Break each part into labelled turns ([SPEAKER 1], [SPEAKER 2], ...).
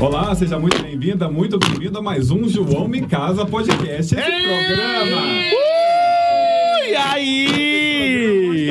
[SPEAKER 1] Olá, seja muito bem-vinda, muito bem-vindo a mais um João Me Casa Podcast. Esse programa
[SPEAKER 2] E aí?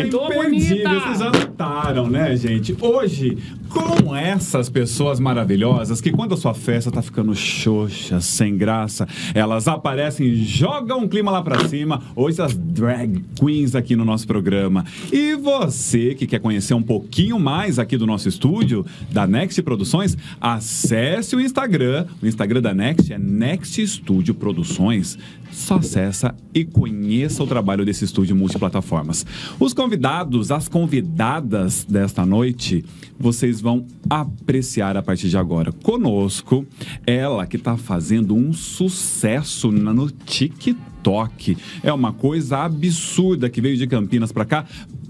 [SPEAKER 1] está imperdível, vocês já notaram, né, gente? Hoje, com essas pessoas maravilhosas que quando a sua festa tá ficando xoxa, sem graça, elas aparecem, jogam um clima lá pra cima. Hoje as drag queens aqui no nosso programa. E você que quer conhecer um pouquinho mais aqui do nosso estúdio, da Next Produções, acesse o Instagram. O Instagram da Next é Next Studio Produções. Só acessa e conheça o trabalho desse estúdio multiplataformas. Os convidados, as convidadas desta noite, vocês vão apreciar a partir de agora. Conosco, ela que está fazendo um sucesso na- no TikTok. É uma coisa absurda que veio de Campinas pra cá.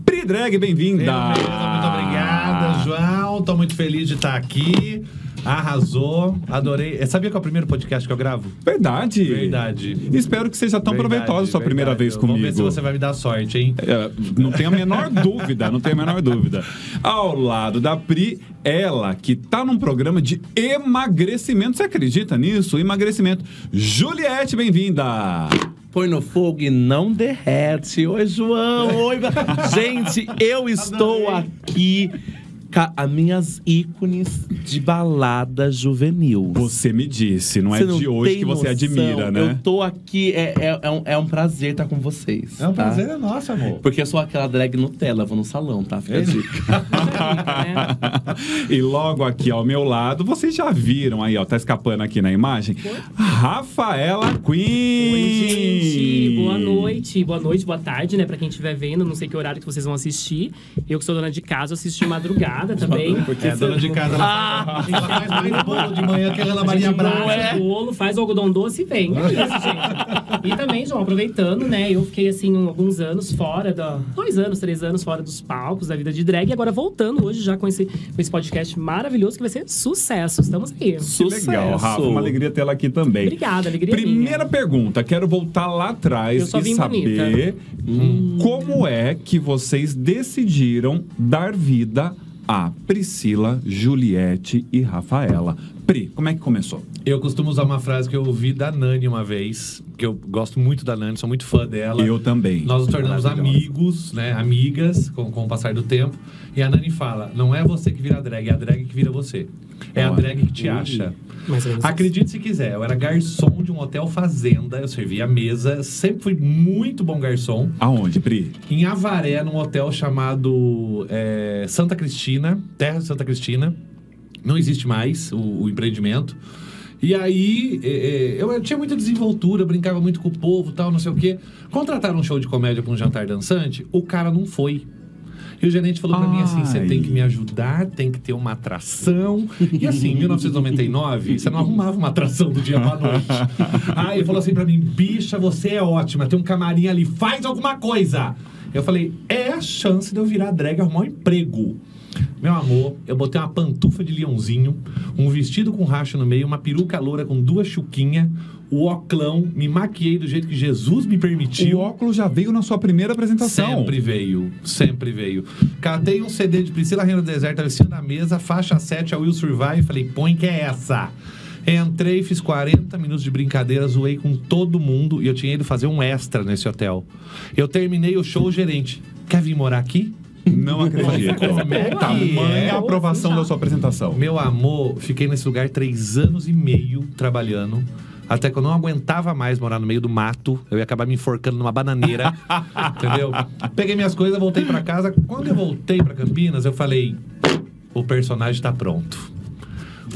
[SPEAKER 1] Pri Drag, bem-vinda!
[SPEAKER 3] Eu mesmo, então, muito obrigada, João. Tô muito feliz de estar aqui. Arrasou, adorei. Eh, Sabia que é o primeiro podcast que eu gravo?
[SPEAKER 1] Verdade!
[SPEAKER 3] Verdade.
[SPEAKER 1] Espero que seja tão
[SPEAKER 3] Verdade,
[SPEAKER 1] proveitosa a sua
[SPEAKER 3] verdade.
[SPEAKER 1] primeira vez comigo.
[SPEAKER 3] Vamos ver se você vai me dar sorte, hein?
[SPEAKER 1] É, não tenho a menor dúvida, não tenho a menor dúvida. Ao lado da Pri, ela que tá num programa de emagrecimento. Você acredita nisso? Emagrecimento. Juliette, bem-vinda!
[SPEAKER 2] Põe no fogo e não derrete. Oi, João. Oi. Gente, eu estou aqui com as minhas ícones de balada juvenil.
[SPEAKER 1] Você me disse, não
[SPEAKER 2] Você
[SPEAKER 1] é de hoje
[SPEAKER 2] tem
[SPEAKER 1] que você
[SPEAKER 2] noção.
[SPEAKER 1] admira, né?
[SPEAKER 2] Eu tô aqui, é, é- é um, é um prazer estar com vocês.
[SPEAKER 3] É um
[SPEAKER 2] tá?
[SPEAKER 3] prazer, é nosso, amor.
[SPEAKER 2] Porque eu sou aquela drag Nutella, vou no salão, tá? Fica a
[SPEAKER 3] Ei.
[SPEAKER 2] dica.
[SPEAKER 1] e logo aqui ao meu lado, vocês já viram aí, ó, tá escapando aqui na imagem, Rafaela Queen.
[SPEAKER 4] Oi, gente. Boa noite. Boa noite, boa tarde, né? Pra quem estiver vendo, não sei que horário que vocês vão assistir. Eu que sou dona de casa, assisto de madrugada também.
[SPEAKER 3] é, a dona de casa, ela, ela faz mais bolo de manhã que a Ana Maria
[SPEAKER 4] Bolo,
[SPEAKER 3] Braga.
[SPEAKER 1] é.
[SPEAKER 4] bolo, faz o algodão doce e vem. É isso, gente. E também, João, aproveitando, né? Eu fiquei, assim, um- alguns anos fora da... Dois anos, três anos fora dos palcos, da vida de drag. E agora voltando hoje já com esse, com esse podcast maravilhoso, que vai ser sucesso. Estamos aí.
[SPEAKER 1] Que legal, Rafa. Uma alegria tê-la aqui também.
[SPEAKER 4] Obrigada, alegria minha.
[SPEAKER 1] Primeira pergunta, quero voltar lá
[SPEAKER 4] Eu
[SPEAKER 1] atrás
[SPEAKER 4] só
[SPEAKER 1] e
[SPEAKER 4] vim
[SPEAKER 1] saber como é que vocês decidiram dar vida a Priscila, Juliette e Rafaela. Pri, como é que começou?
[SPEAKER 3] Eu costumo usar uma frase que eu ouvi da Nani uma vez, que eu gosto muito da Nani, sou muito fã dela.
[SPEAKER 1] Eu também.
[SPEAKER 3] Nós nos tornamos
[SPEAKER 1] Maravilhosa.
[SPEAKER 3] amigos, né? Amigas com, com o passar do tempo. E a Nani fala: não é você que vira drag, é a drag que vira você. É a
[SPEAKER 1] Olha.
[SPEAKER 3] drag que te acha.
[SPEAKER 4] Mais ou menos assim.
[SPEAKER 3] Acredite se quiser, eu era garçom de um hotel fazenda, eu servia a mesa, sempre fui muito bom garçom.
[SPEAKER 1] Aonde, Pri?
[SPEAKER 3] Em Avaré, num hotel chamado é, Santa Cristina, Terra de Santa Cristina. Não existe mais o, o empreendimento. E aí, é, é, eu, eu tinha muita desenvoltura, brincava muito com o povo, tal, não sei o quê. Contrataram um show de comédia pra um jantar dançante, o cara não foi. E o gerente falou pra mim assim: você
[SPEAKER 1] Ai.
[SPEAKER 3] tem que me ajudar, tem que ter uma atração. E assim, em 1999, você não arrumava uma atração do dia pra noite. Aí ele falou assim pra mim: bicha, você é ótima, tem um camarim ali, faz alguma coisa. Eu falei: é a chance de eu virar drag e arrumar um emprego. Meu amor, eu botei uma pantufa de leãozinho, um vestido com racho no meio, uma peruca loura com duas chuquinhas, o oclão, me maquiei do jeito que Jesus me
[SPEAKER 1] O
[SPEAKER 3] permitiu.
[SPEAKER 1] óculos já veio na sua primeira apresentação.
[SPEAKER 3] Sempre veio, sempre veio. Catei um CD de Priscila Reina do Deserto, Alicinha da Mesa, faixa 7, a Will Survive, e falei, põe que é essa. Entrei, fiz 40 minutos de brincadeira, zoei com todo mundo e eu tinha ido fazer um extra nesse hotel. Eu terminei o show, o gerente, quer vir morar aqui?
[SPEAKER 1] Não acredito.
[SPEAKER 3] Como é que
[SPEAKER 1] Tamanha
[SPEAKER 3] é?
[SPEAKER 1] a aprovação da sua apresentação.
[SPEAKER 3] Meu amor, fiquei nesse lugar três anos e meio trabalhando. Até que eu não aguentava mais morar no meio do mato. Eu ia acabar me enforcando numa bananeira. entendeu? Peguei minhas coisas, voltei pra casa. Quando eu voltei pra Campinas, eu falei: o personagem tá pronto.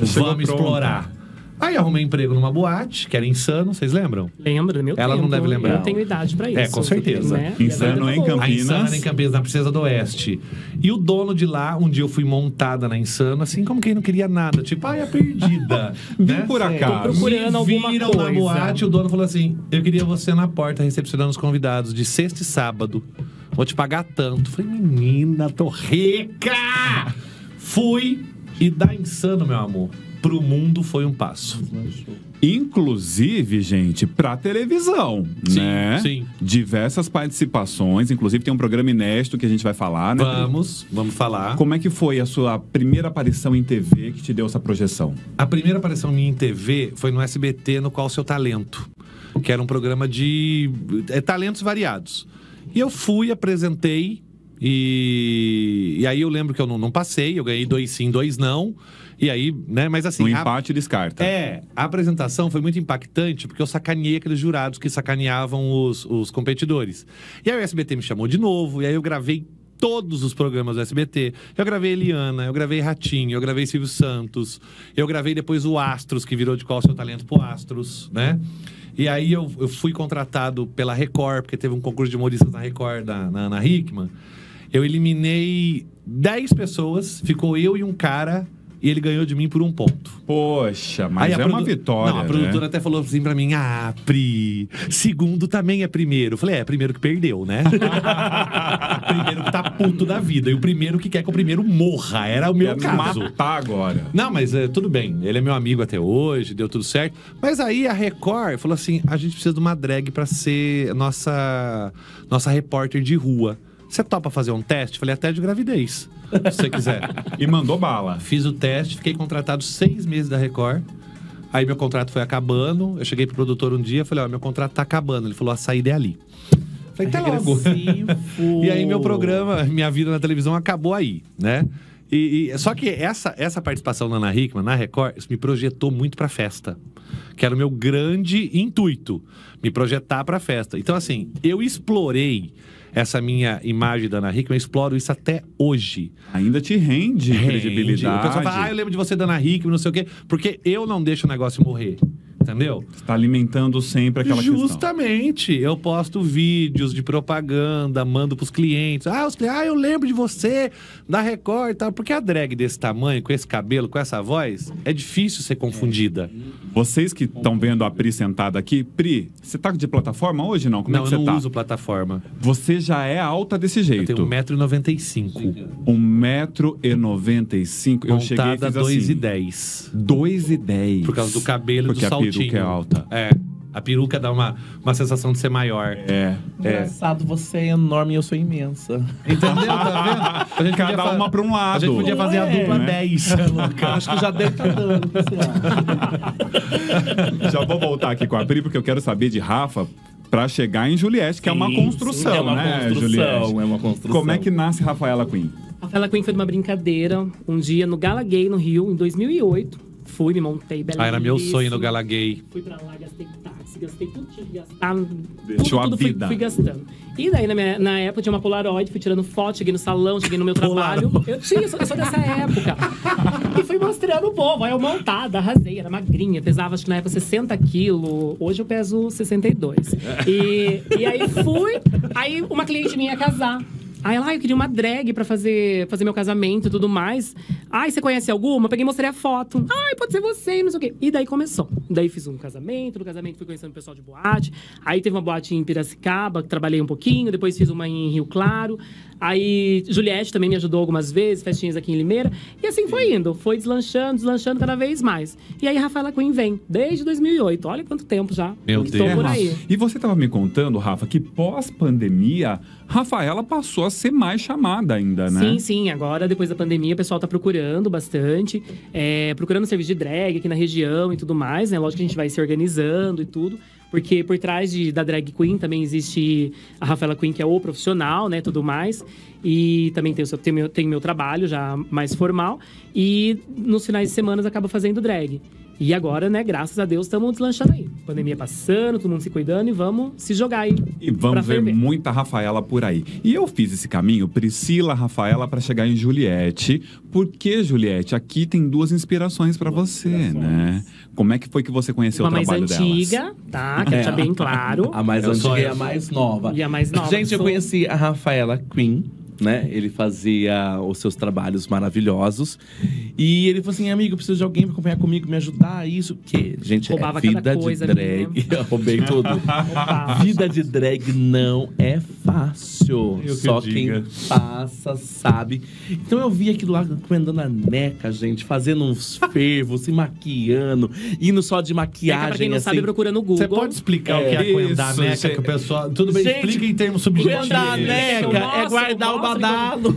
[SPEAKER 1] Chegou
[SPEAKER 3] Vamos
[SPEAKER 1] pronto.
[SPEAKER 3] explorar. Aí arrumei emprego numa boate, que era insano, vocês lembram?
[SPEAKER 4] Lembra do meu
[SPEAKER 3] Ela não
[SPEAKER 4] tempo,
[SPEAKER 3] deve lembrar.
[SPEAKER 4] Eu tenho idade pra isso.
[SPEAKER 3] É, com certeza.
[SPEAKER 4] Né? E a
[SPEAKER 1] Insano,
[SPEAKER 4] vida
[SPEAKER 1] hein,
[SPEAKER 4] tá boa.
[SPEAKER 1] Campinas?
[SPEAKER 3] A Insana era é em Campinas, na Princesa do Oeste. E o dono de lá, um dia eu fui montada na Insana, assim como quem não queria nada. Tipo, ai, é perdida.
[SPEAKER 1] Vim
[SPEAKER 3] né?
[SPEAKER 1] por acaso.
[SPEAKER 4] procurando
[SPEAKER 3] Me
[SPEAKER 4] alguma
[SPEAKER 3] viram na
[SPEAKER 4] coisa.
[SPEAKER 3] boate, o dono falou assim, eu queria você na porta recepcionando os convidados de sexta e sábado. Vou te pagar tanto. Falei, menina, tô rica! Fui e da Insana, meu amor. pro mundo foi um passo.
[SPEAKER 1] Inclusive, gente, pra televisão,
[SPEAKER 3] Sim,
[SPEAKER 1] né?
[SPEAKER 3] sim.
[SPEAKER 1] Diversas participações, inclusive tem um programa inédito que a gente vai falar, né?
[SPEAKER 3] Vamos, vamos falar.
[SPEAKER 1] Como é que foi a sua primeira aparição em TV que te deu essa projeção?
[SPEAKER 3] A primeira aparição minha em TV foi no SBT, no qual seu talento, que era um programa de é, talentos variados. E eu fui, apresentei, e, e aí eu lembro que eu não, não passei, eu ganhei dois sim, dois não. E aí, né, mas assim,
[SPEAKER 1] um
[SPEAKER 3] a-
[SPEAKER 1] empate descarta.
[SPEAKER 3] é, a apresentação foi muito impactante porque eu sacaneei aqueles jurados que sacaneavam os, os competidores. E aí o SBT me chamou de novo, e aí eu gravei todos os programas do SBT. Eu gravei Eliana, eu gravei Ratinho, eu gravei Silvio Santos, eu gravei depois o Astros, que virou de qual seu talento pro Astros, né? E aí eu, eu fui contratado pela Record, porque teve um concurso de humoristas na Record, da, na Ana Hickman. Eu eliminei 10 pessoas, ficou eu e um cara, e ele ganhou de mim por um ponto.
[SPEAKER 1] Poxa,
[SPEAKER 3] Aí
[SPEAKER 1] mas
[SPEAKER 3] a
[SPEAKER 1] é uma
[SPEAKER 3] produ-
[SPEAKER 1] vitória.
[SPEAKER 3] Não, a produtora
[SPEAKER 1] né?
[SPEAKER 3] até falou assim pra mim: ah, Pri, segundo também é primeiro. Eu falei: é, primeiro que perdeu, né? primeiro que tá puto da vida. E o primeiro que quer que o primeiro morra. Era o meu
[SPEAKER 1] Quer
[SPEAKER 3] caso.
[SPEAKER 1] matar agora.
[SPEAKER 3] Não, mas é, tudo bem. Ele é meu amigo até hoje, deu tudo certo. Mas aí a Record falou assim: a gente precisa de uma drag pra ser nossa, nossa repórter de rua. Você topa fazer um teste? Eu Falei, até de gravidez, se você quiser.
[SPEAKER 1] E mandou bala.
[SPEAKER 3] Fiz o teste, fiquei contratado seis meses da Record. Aí meu contrato foi acabando. Eu cheguei pro produtor um dia, falei, ó, meu contrato tá acabando. Ele falou, a saída é ali. Falei, até logo.
[SPEAKER 4] Agressivo.
[SPEAKER 3] E aí meu programa, minha vida na televisão acabou aí, né? E, e- só que essa, essa participação na Ana Hickman, na Record, isso me projetou muito pra festa. Que era o meu grande intuito, me projetar pra festa. Então, assim, eu explorei essa minha imagem da Ana Hickman, eu exploro isso até hoje.
[SPEAKER 1] Ainda te rende, credibilidade.
[SPEAKER 3] O pessoal fala, ah, eu lembro de você, Dana Hickman, não sei o quê. Porque eu não deixo o negócio morrer, entendeu?
[SPEAKER 1] Tá alimentando sempre aquela questão.
[SPEAKER 3] Justamente. Eu posto vídeos de propaganda, mando pros clientes. Ah, os clientes, ah, eu lembro de você, da Record e tal. Porque a drag desse tamanho, com esse cabelo, com essa voz, é difícil ser confundida.
[SPEAKER 1] É. Vocês que estão vendo a Pri sentada aqui, Pri, você tá de plataforma hoje não? Como
[SPEAKER 3] não,
[SPEAKER 1] é que
[SPEAKER 3] eu
[SPEAKER 1] você
[SPEAKER 3] não
[SPEAKER 1] tá?
[SPEAKER 3] uso plataforma.
[SPEAKER 1] Você já é alta desse jeito.
[SPEAKER 3] Eu tenho 1,95m.
[SPEAKER 1] 1,95m. Eu cheguei e
[SPEAKER 3] Montada
[SPEAKER 1] fiz assim.
[SPEAKER 3] 2,10m.
[SPEAKER 1] 2,10.
[SPEAKER 3] Por causa do cabelo
[SPEAKER 1] Porque
[SPEAKER 3] e do saltinho.
[SPEAKER 1] a peruca é alta.
[SPEAKER 3] É. A peruca dá uma, uma sensação de ser maior.
[SPEAKER 1] É.
[SPEAKER 2] Engraçado, você é enorme e eu sou imensa.
[SPEAKER 3] Entendeu? Tá vendo? A gente
[SPEAKER 1] Cada
[SPEAKER 3] podia fa-
[SPEAKER 1] uma pra um lado.
[SPEAKER 3] A gente podia fazer a
[SPEAKER 2] É,
[SPEAKER 3] dupla
[SPEAKER 1] né?
[SPEAKER 3] 10.
[SPEAKER 2] Acho que já deve estar dando. o que você acha?
[SPEAKER 1] Já vou voltar aqui com a Pri, porque eu quero saber de Rafa pra chegar em Juliette, que é uma
[SPEAKER 2] Sim,
[SPEAKER 1] construção,
[SPEAKER 2] sim, é uma
[SPEAKER 1] né,
[SPEAKER 2] construção,
[SPEAKER 1] Juliette?
[SPEAKER 2] é uma construção.
[SPEAKER 1] Como é que nasce Rafaela Queen?
[SPEAKER 4] Rafaela Queen foi numa brincadeira um dia no Gala Gay, no Rio, em 2008. Fui, me montei belíssima.
[SPEAKER 3] Ah, era meu sonho no Gala Gay.
[SPEAKER 4] Fui pra lá, gastei táxi, gastei tudo que tinha que gastar.
[SPEAKER 1] Deixou
[SPEAKER 4] tudo,
[SPEAKER 1] a
[SPEAKER 4] tudo fui-
[SPEAKER 1] vida.
[SPEAKER 4] Fui, gastando. E daí, na, minha- na época, eu tinha uma Polaroid, fui tirando foto, cheguei no salão, cheguei no meu trabalho. Eu tinha, eu sou, eu sou dessa época. e fui mostrando o povo. Aí eu montada, arrasei, era magrinha, pesava, acho que na época, 60 quilos. Hoje eu peso 62. E, e aí fui, aí uma cliente minha ia casar. Aí ela, ah, eu queria uma drag pra fazer, fazer meu casamento e tudo mais. Ai, você conhece alguma? Eu peguei e mostrei a foto. Ai, pode ser você, não sei o quê. E daí começou. Daí fiz um casamento, no casamento fui conhecendo o pessoal de boate. Aí teve uma boate em Piracicaba, que trabalhei um pouquinho. Depois fiz uma em Rio Claro. Aí Juliette também me ajudou algumas vezes, festinhas aqui em Limeira. E assim foi indo. Foi deslanchando, deslanchando cada vez mais. E aí Rafaela Queen vem, desde 2008. Olha quanto tempo já.
[SPEAKER 3] Meu
[SPEAKER 4] que
[SPEAKER 3] Deus.
[SPEAKER 4] Tô por aí.
[SPEAKER 1] Rafa. E você tava me contando, Rafa, que pós-pandemia, Rafaela passou a ser mais chamada ainda, né?
[SPEAKER 4] Sim, sim. Agora, depois da pandemia, o pessoal tá procurando bastante. é, procurando serviço de drag aqui na região e tudo mais, né? Lógico que a gente vai se organizando e tudo. Porque por trás de- da drag queen também existe a Rafaela Queen, que é o profissional, né? Tudo mais. E também tem o seu, tem meu, tem meu trabalho já mais formal. E nos finais de semana acaba fazendo drag. E agora, né, graças a Deus, estamos deslanchando aí. Pandemia passando, todo mundo se cuidando e vamos se jogar aí.
[SPEAKER 1] E vamos
[SPEAKER 4] pra
[SPEAKER 1] ver
[SPEAKER 4] ferver.
[SPEAKER 1] muita Rafaela por aí. E eu fiz esse caminho, Priscila, Rafaela, pra chegar em Juliette. Porque, Juliette, aqui tem duas inspirações pra você, né? Como é que foi que você conheceu
[SPEAKER 4] Uma
[SPEAKER 1] o
[SPEAKER 4] mais
[SPEAKER 1] trabalho
[SPEAKER 4] antiga,
[SPEAKER 1] delas? É.
[SPEAKER 4] tá? Quero deixar bem claro.
[SPEAKER 2] A mais
[SPEAKER 3] Eu sou
[SPEAKER 2] antiga e
[SPEAKER 3] eu.
[SPEAKER 2] a mais nova.
[SPEAKER 4] E a mais nova.
[SPEAKER 2] Gente, eu
[SPEAKER 4] Sou-
[SPEAKER 2] conheci a Rafaela Queen né? Ele fazia os seus trabalhos maravilhosos. E ele falou assim, amigo, eu preciso de alguém pra acompanhar comigo, me ajudar, isso. Que, gente,
[SPEAKER 4] Roubava
[SPEAKER 2] é vida
[SPEAKER 4] cada
[SPEAKER 2] de
[SPEAKER 4] coisa, né?
[SPEAKER 2] drag. Roubei tudo. vida de drag não é fácil.
[SPEAKER 1] Eu que
[SPEAKER 2] Só
[SPEAKER 1] diga.
[SPEAKER 2] quem passa sabe. Então eu vi aquilo lá comendando a neca, gente, fazendo uns fervos, se maquiando, indo só de maquiagem,
[SPEAKER 4] Neca, É pra quem não
[SPEAKER 2] assim.
[SPEAKER 4] sabe, procura no Google.
[SPEAKER 3] Você pode explicar o que é
[SPEAKER 1] É,
[SPEAKER 3] coendar
[SPEAKER 1] isso,
[SPEAKER 3] neca
[SPEAKER 1] você-
[SPEAKER 3] que o pessoal. Tudo bem,
[SPEAKER 2] Gente,
[SPEAKER 3] explica em termos subjetivos.
[SPEAKER 2] Guardar a
[SPEAKER 4] Isso,
[SPEAKER 2] neca, é
[SPEAKER 4] mostra,
[SPEAKER 2] guardar o
[SPEAKER 4] mostra
[SPEAKER 2] badalo,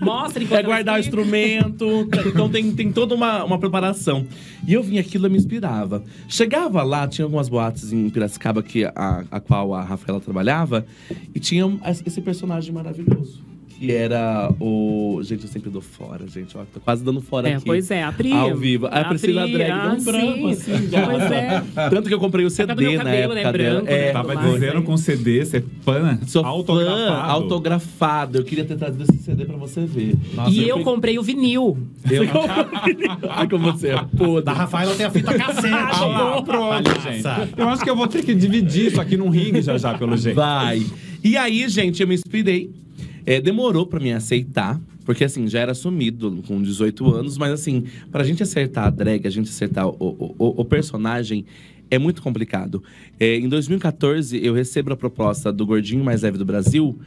[SPEAKER 4] Mostra enquanto
[SPEAKER 2] é guardar o
[SPEAKER 4] ela explica.
[SPEAKER 2] instrumento. Então tem, tem toda uma, uma preparação. E eu vinha aquilo, eu me inspirava. Chegava lá, tinha algumas boates em Piracicaba que a, a qual a Rafaela trabalhava, e tinha um, es- esse personagem maravilhoso. Que era o. Gente, eu sempre dou fora, gente. Ó, tô quase dando fora
[SPEAKER 4] É,
[SPEAKER 2] aqui.
[SPEAKER 4] pois é, a Pri.
[SPEAKER 2] Ao vivo. A Priscila
[SPEAKER 4] Pri,
[SPEAKER 2] Drag,
[SPEAKER 4] ah,
[SPEAKER 2] um branco,
[SPEAKER 4] sim.
[SPEAKER 2] assim, já.
[SPEAKER 4] Pois é.
[SPEAKER 2] Tanto que eu comprei o
[SPEAKER 4] Até
[SPEAKER 2] CD
[SPEAKER 4] do meu
[SPEAKER 2] na
[SPEAKER 4] cabelo, né,
[SPEAKER 2] época dela.
[SPEAKER 4] branco,
[SPEAKER 2] é,
[SPEAKER 4] né?
[SPEAKER 1] Tava
[SPEAKER 4] Mas,
[SPEAKER 1] dizendo
[SPEAKER 4] hein?
[SPEAKER 1] com CD, você pana,
[SPEAKER 2] Sou
[SPEAKER 1] autografado.
[SPEAKER 2] fã, autografado. Eu queria ter trazido esse CD pra você ver.
[SPEAKER 3] Nossa,
[SPEAKER 4] E eu
[SPEAKER 2] pe-
[SPEAKER 4] comprei o vinil.
[SPEAKER 2] Eu... Ai, como você é
[SPEAKER 3] Da
[SPEAKER 2] podre.
[SPEAKER 3] Rafaela tem a fita cassete.
[SPEAKER 1] Ah, pronto,
[SPEAKER 3] Palhaça.
[SPEAKER 1] gente. Eu acho que eu vou ter que dividir isso aqui num ringue já já, pelo jeito.
[SPEAKER 2] Vai. E aí, gente, eu me inspirei. É, demorou pra me aceitar, porque assim, já era assumido com 18 anos, mas assim, pra gente acertar a drag, a gente acertar o, o- o- o personagem, é muito complicado. É, em 2014, eu recebo a proposta do Gordinho Mais Leve do Brasil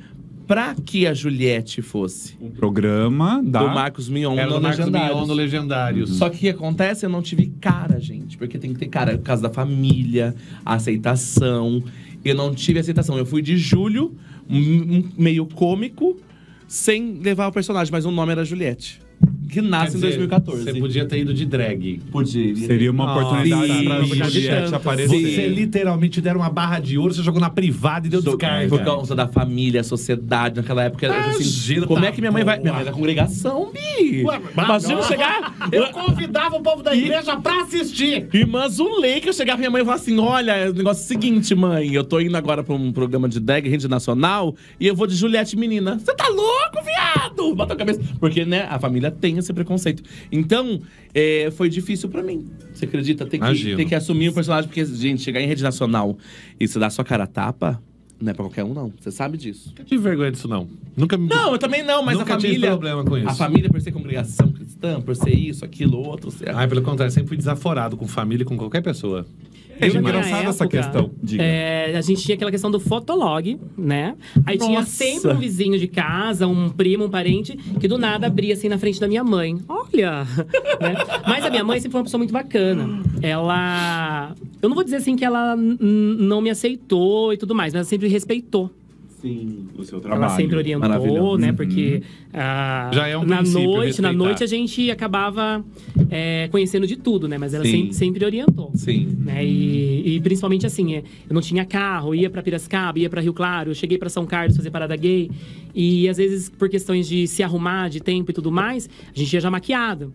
[SPEAKER 2] pra que a Juliette fosse.
[SPEAKER 1] Um programa da...
[SPEAKER 2] Do Marcos Mion,
[SPEAKER 3] Era
[SPEAKER 2] no
[SPEAKER 3] do Marcos
[SPEAKER 2] Legendários.
[SPEAKER 3] Mion no Legendários.
[SPEAKER 2] Só que o que acontece, eu não tive cara, gente. Porque tem que ter cara, por causa da família, a aceitação. Eu não tive aceitação. Eu fui de Júlio, um- um meio cômico, sem levar o personagem, mas o nome era Juliette. Que
[SPEAKER 3] Quer
[SPEAKER 2] nasce
[SPEAKER 3] dizer,
[SPEAKER 2] em 2014.
[SPEAKER 3] Você podia ter ido de drag.
[SPEAKER 2] Podia.
[SPEAKER 1] Seria uma
[SPEAKER 3] Nossa,
[SPEAKER 1] oportunidade pra
[SPEAKER 2] sim.
[SPEAKER 1] Juliette
[SPEAKER 4] Tantas.
[SPEAKER 1] aparecer.
[SPEAKER 3] Você literalmente deram uma barra de ouro, você jogou na privada e deu descarga.
[SPEAKER 2] Por causa da família, sociedade, naquela época. eu falei assim,
[SPEAKER 3] Imagina,
[SPEAKER 2] como
[SPEAKER 3] tá
[SPEAKER 2] é que minha mãe vai.
[SPEAKER 3] boa.
[SPEAKER 2] Minha mãe é da congregação, Bi!
[SPEAKER 3] Ué, mas-
[SPEAKER 2] Imagina chegar.
[SPEAKER 3] Eu convidava o povo da igreja pra assistir.
[SPEAKER 2] Irmã Zuleika um eu chegava pra minha mãe e falava assim: Olha, o negócio é o seguinte, mãe, eu tô indo agora pra um programa de drag, rede nacional, e eu vou de Juliette Menina. Você tá louco, viado? Bateu a cabeça. Porque, né, a família tem esse preconceito. Então, é, foi difícil pra mim. Você acredita? Ter que,
[SPEAKER 3] Imagino.
[SPEAKER 2] ter que assumir o personagem, porque, gente, chegar em rede nacional e você dar sua cara a tapa, não é pra qualquer um, não. Você sabe disso.
[SPEAKER 3] Não tive vergonha disso, não. Nunca me.
[SPEAKER 2] Não, eu também não, mas
[SPEAKER 3] Nunca
[SPEAKER 2] a
[SPEAKER 3] tive
[SPEAKER 2] família.
[SPEAKER 3] problema com isso.
[SPEAKER 2] A família, por ser congregação cristã, por ser isso, aquilo, outro. Você...
[SPEAKER 3] Ai, pelo contrário, sempre fui desaforado com família e com qualquer pessoa.
[SPEAKER 1] É
[SPEAKER 4] Eu, na minha
[SPEAKER 1] engraçada essa
[SPEAKER 4] época,
[SPEAKER 1] questão. Diga.
[SPEAKER 4] é, a gente tinha aquela questão do fotolog, né? Aí tinha
[SPEAKER 2] Nossa.
[SPEAKER 4] sempre um vizinho de casa, um primo, um parente, que do nada abria assim na frente da minha mãe. Olha! né? Mas a minha mãe sempre foi uma pessoa muito bacana. Ela. Eu não vou dizer assim que ela n- n- não me aceitou e tudo mais, mas ela sempre respeitou.
[SPEAKER 2] Sim, o seu
[SPEAKER 4] Ela sempre orientou,
[SPEAKER 2] Maravilhoso.
[SPEAKER 4] né? Porque ah,
[SPEAKER 3] Já é um
[SPEAKER 4] na
[SPEAKER 3] princípio
[SPEAKER 4] noite,
[SPEAKER 3] respeitar.
[SPEAKER 4] na noite a gente acabava é, conhecendo de tudo, né? Mas ela
[SPEAKER 2] Sim.
[SPEAKER 4] sempre, sempre orientou.
[SPEAKER 2] Sim.
[SPEAKER 4] Né? E, e principalmente assim, é, eu não tinha carro, ia pra Piracicaba, ia pra Rio Claro, eu cheguei pra São Carlos fazer parada gay. E às vezes, por questões de se arrumar, de tempo e tudo mais, a gente ia já maquiado.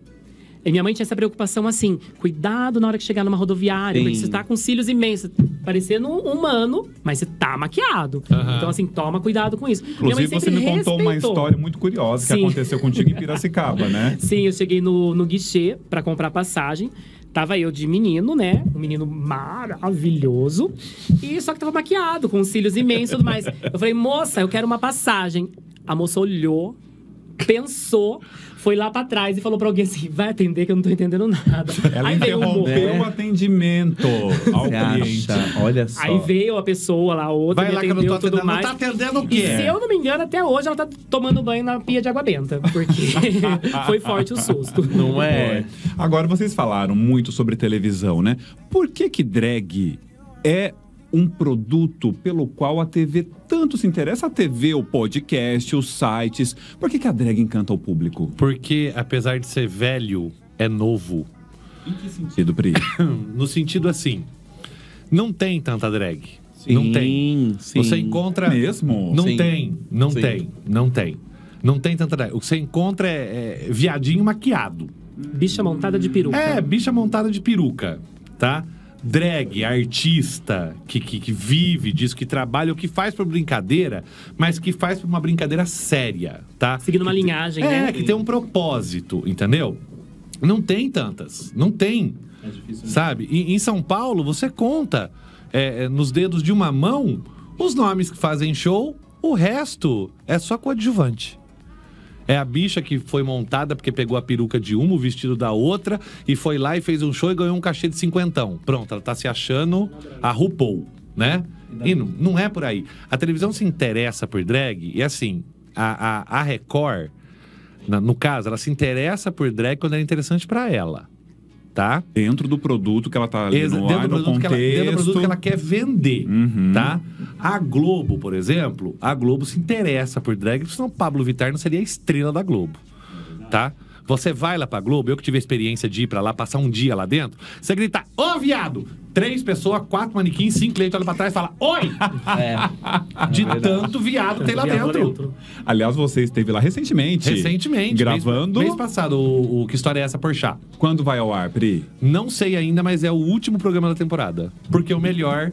[SPEAKER 4] E minha mãe tinha essa preocupação assim: cuidado na hora que chegar numa rodoviária,
[SPEAKER 2] Sim.
[SPEAKER 4] porque você tá com cílios imensos, parecendo um humano, mas você tá maquiado.
[SPEAKER 3] Aham.
[SPEAKER 4] Então, assim, toma cuidado com isso. minha mãe
[SPEAKER 1] Inclusive, você me
[SPEAKER 4] sempre
[SPEAKER 1] contou uma
[SPEAKER 4] respeitou.
[SPEAKER 1] história muito curiosa que
[SPEAKER 4] Sim.
[SPEAKER 1] aconteceu contigo em Piracicaba, né?
[SPEAKER 4] Sim, eu cheguei no, no guichê pra comprar passagem. Tava eu de menino, né? Um menino maravilhoso. E só que tava maquiado, com os cílios imensos e tudo mais. Eu falei, moça, eu quero uma passagem. A moça olhou, pensou, foi lá pra trás e falou pra alguém assim: vai atender que eu não tô entendendo nada.
[SPEAKER 1] Ela
[SPEAKER 4] veio um mo-
[SPEAKER 1] interrompeu o
[SPEAKER 3] É.
[SPEAKER 1] atendimento ao
[SPEAKER 2] Você
[SPEAKER 1] cliente.
[SPEAKER 2] acha? Olha só.
[SPEAKER 4] Aí veio a pessoa lá, a outra,
[SPEAKER 3] Vai
[SPEAKER 4] me
[SPEAKER 3] lá que eu não tô
[SPEAKER 4] atendeu e
[SPEAKER 3] atendendo.
[SPEAKER 4] tudo
[SPEAKER 3] Não
[SPEAKER 4] mais.
[SPEAKER 3] tá atendendo o
[SPEAKER 4] E
[SPEAKER 3] quê?
[SPEAKER 4] se eu não me engano, até hoje ela tá tomando banho na pia de água benta. Porque foi forte o susto.
[SPEAKER 2] Não é?
[SPEAKER 1] Agora, vocês falaram muito sobre televisão, né? Por que que drag é um produto pelo qual a TV tanto se interessa? A TV, o podcast, os sites. Por que que a drag encanta o público?
[SPEAKER 3] Porque, apesar de ser velho, é novo.
[SPEAKER 1] Edu Pri.
[SPEAKER 3] No sentido assim, não tem tanta drag.
[SPEAKER 2] Sim,
[SPEAKER 3] não tem.
[SPEAKER 2] sim.
[SPEAKER 3] Você encontra.
[SPEAKER 1] Mesmo?
[SPEAKER 3] Não
[SPEAKER 2] Sim.
[SPEAKER 3] tem, não
[SPEAKER 2] Sim.
[SPEAKER 3] tem, não tem. Não tem tanta drag. O que você encontra é, é viadinho maquiado.
[SPEAKER 4] Bicha montada de peruca.
[SPEAKER 3] É, bicha montada de peruca, tá? Drag, artista que, que, que vive disso, que trabalha, ou que faz por brincadeira, mas que faz por uma brincadeira séria, tá?
[SPEAKER 4] Seguindo uma
[SPEAKER 3] Que tem-
[SPEAKER 4] linhagem,
[SPEAKER 3] é,
[SPEAKER 4] né?
[SPEAKER 3] que tem um propósito, entendeu? Não tem tantas, não tem. É difícil, sabe? E, em São Paulo, você conta é, é, nos dedos de uma mão os nomes que fazem show, o resto é só coadjuvante. É a bicha que foi montada porque pegou a peruca de uma, o vestido da outra, e foi lá e fez um show e ganhou um cachê de cinquentão. Pronto, ela tá se achando a RuPaul, né? E não, não é por aí. A televisão se interessa por drag, e assim, a, a, a Record, na- no caso, ela se interessa por drag quando é interessante pra ela. Tá?
[SPEAKER 1] Dentro do produto que ela tá ali
[SPEAKER 3] Exa-
[SPEAKER 1] no
[SPEAKER 3] dentro,
[SPEAKER 1] ar,
[SPEAKER 3] do
[SPEAKER 1] no
[SPEAKER 3] produto que
[SPEAKER 1] contexto.
[SPEAKER 3] ela, dentro do produto que ela quer vender,
[SPEAKER 1] Uhum.
[SPEAKER 3] tá? A Globo, por exemplo, a Globo se interessa por drag, porque senão Pablo Vittar não seria a estrela da Globo, tá? Você vai lá pra Globo, eu que tive a experiência de ir pra lá, passar um dia lá dentro, você grita, ô viado! Três pessoas, quatro manequins, cinco leitos, olha pra trás e fala, oi! de tanto viado tem lá
[SPEAKER 4] Viado
[SPEAKER 3] dentro.
[SPEAKER 4] dentro.
[SPEAKER 1] Aliás, você esteve lá recentemente.
[SPEAKER 3] Recentemente, mês-
[SPEAKER 1] Gravando.
[SPEAKER 3] Mês, passado, o, o Que História é essa, Porchat?
[SPEAKER 1] Quando vai ao ar, Pri?
[SPEAKER 3] Não sei ainda, mas é o último programa da temporada. Porque o melhor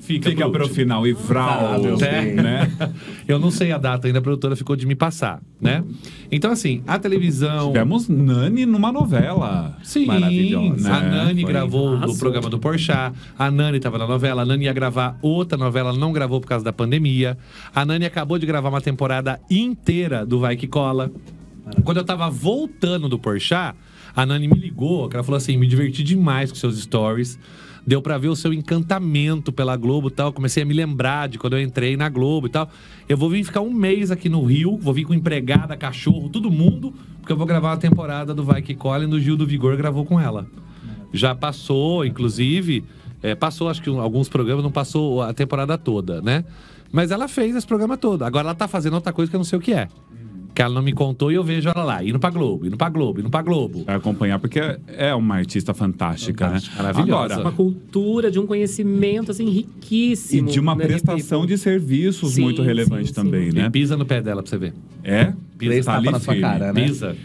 [SPEAKER 3] fica,
[SPEAKER 1] Fica
[SPEAKER 3] pro
[SPEAKER 1] pro
[SPEAKER 3] último.
[SPEAKER 1] final e vral,
[SPEAKER 5] Ah, meu
[SPEAKER 1] né?
[SPEAKER 5] Deus.
[SPEAKER 1] né?
[SPEAKER 3] Eu não sei a data ainda, a produtora ficou de me passar, né? Então, assim, a televisão.
[SPEAKER 1] Tivemos Nani numa novela.
[SPEAKER 3] Sim,
[SPEAKER 1] Maravilhosa. né?
[SPEAKER 3] a Nani
[SPEAKER 1] Foi-
[SPEAKER 3] gravou o
[SPEAKER 4] Arrasou.
[SPEAKER 3] programa do Porchat, a Nani estava na novela, a Nani ia gravar outra novela, não gravou por causa da pandemia. A Nani acabou de gravar uma temporada inteira do Vai Que Cola. Quando eu tava voltando do Porchat, a Nani me ligou, que ela falou assim, me diverti demais com seus stories. Deu pra ver o seu encantamento pela Globo e tal. Comecei a me lembrar de quando eu entrei na Globo e tal. Eu vou vir ficar um mês aqui no Rio, vou vir com empregada, cachorro, todo mundo, porque eu vou gravar uma temporada do Vai Que Cola e no Gil do Vigor gravou com ela. Já passou, inclusive, é, passou acho que um- alguns programas, não passou a temporada toda, né? Mas ela fez esse programa todo. Agora ela tá fazendo outra coisa que eu não sei o que é. Que ela não me contou e eu vejo ela lá, indo pra Globo, indo pra Globo, indo pra Globo.
[SPEAKER 1] Pra acompanhar, porque é uma artista fantástica, né?
[SPEAKER 3] Fantástica, maravilhosa.
[SPEAKER 1] Agora,
[SPEAKER 4] Uma cultura, de um conhecimento, assim,
[SPEAKER 1] e
[SPEAKER 4] riquíssimo.
[SPEAKER 1] de uma
[SPEAKER 4] né,
[SPEAKER 1] prestação
[SPEAKER 4] people.
[SPEAKER 1] de serviços
[SPEAKER 4] Sim,
[SPEAKER 1] muito relevante
[SPEAKER 4] sim,
[SPEAKER 1] também,
[SPEAKER 4] sim.
[SPEAKER 1] né?
[SPEAKER 3] E pisa no pé dela pra você ver.
[SPEAKER 1] É?
[SPEAKER 5] Três
[SPEAKER 1] Tá
[SPEAKER 5] tapas
[SPEAKER 1] ali
[SPEAKER 5] na sua
[SPEAKER 1] firme.
[SPEAKER 5] cara, né?
[SPEAKER 3] Pisa.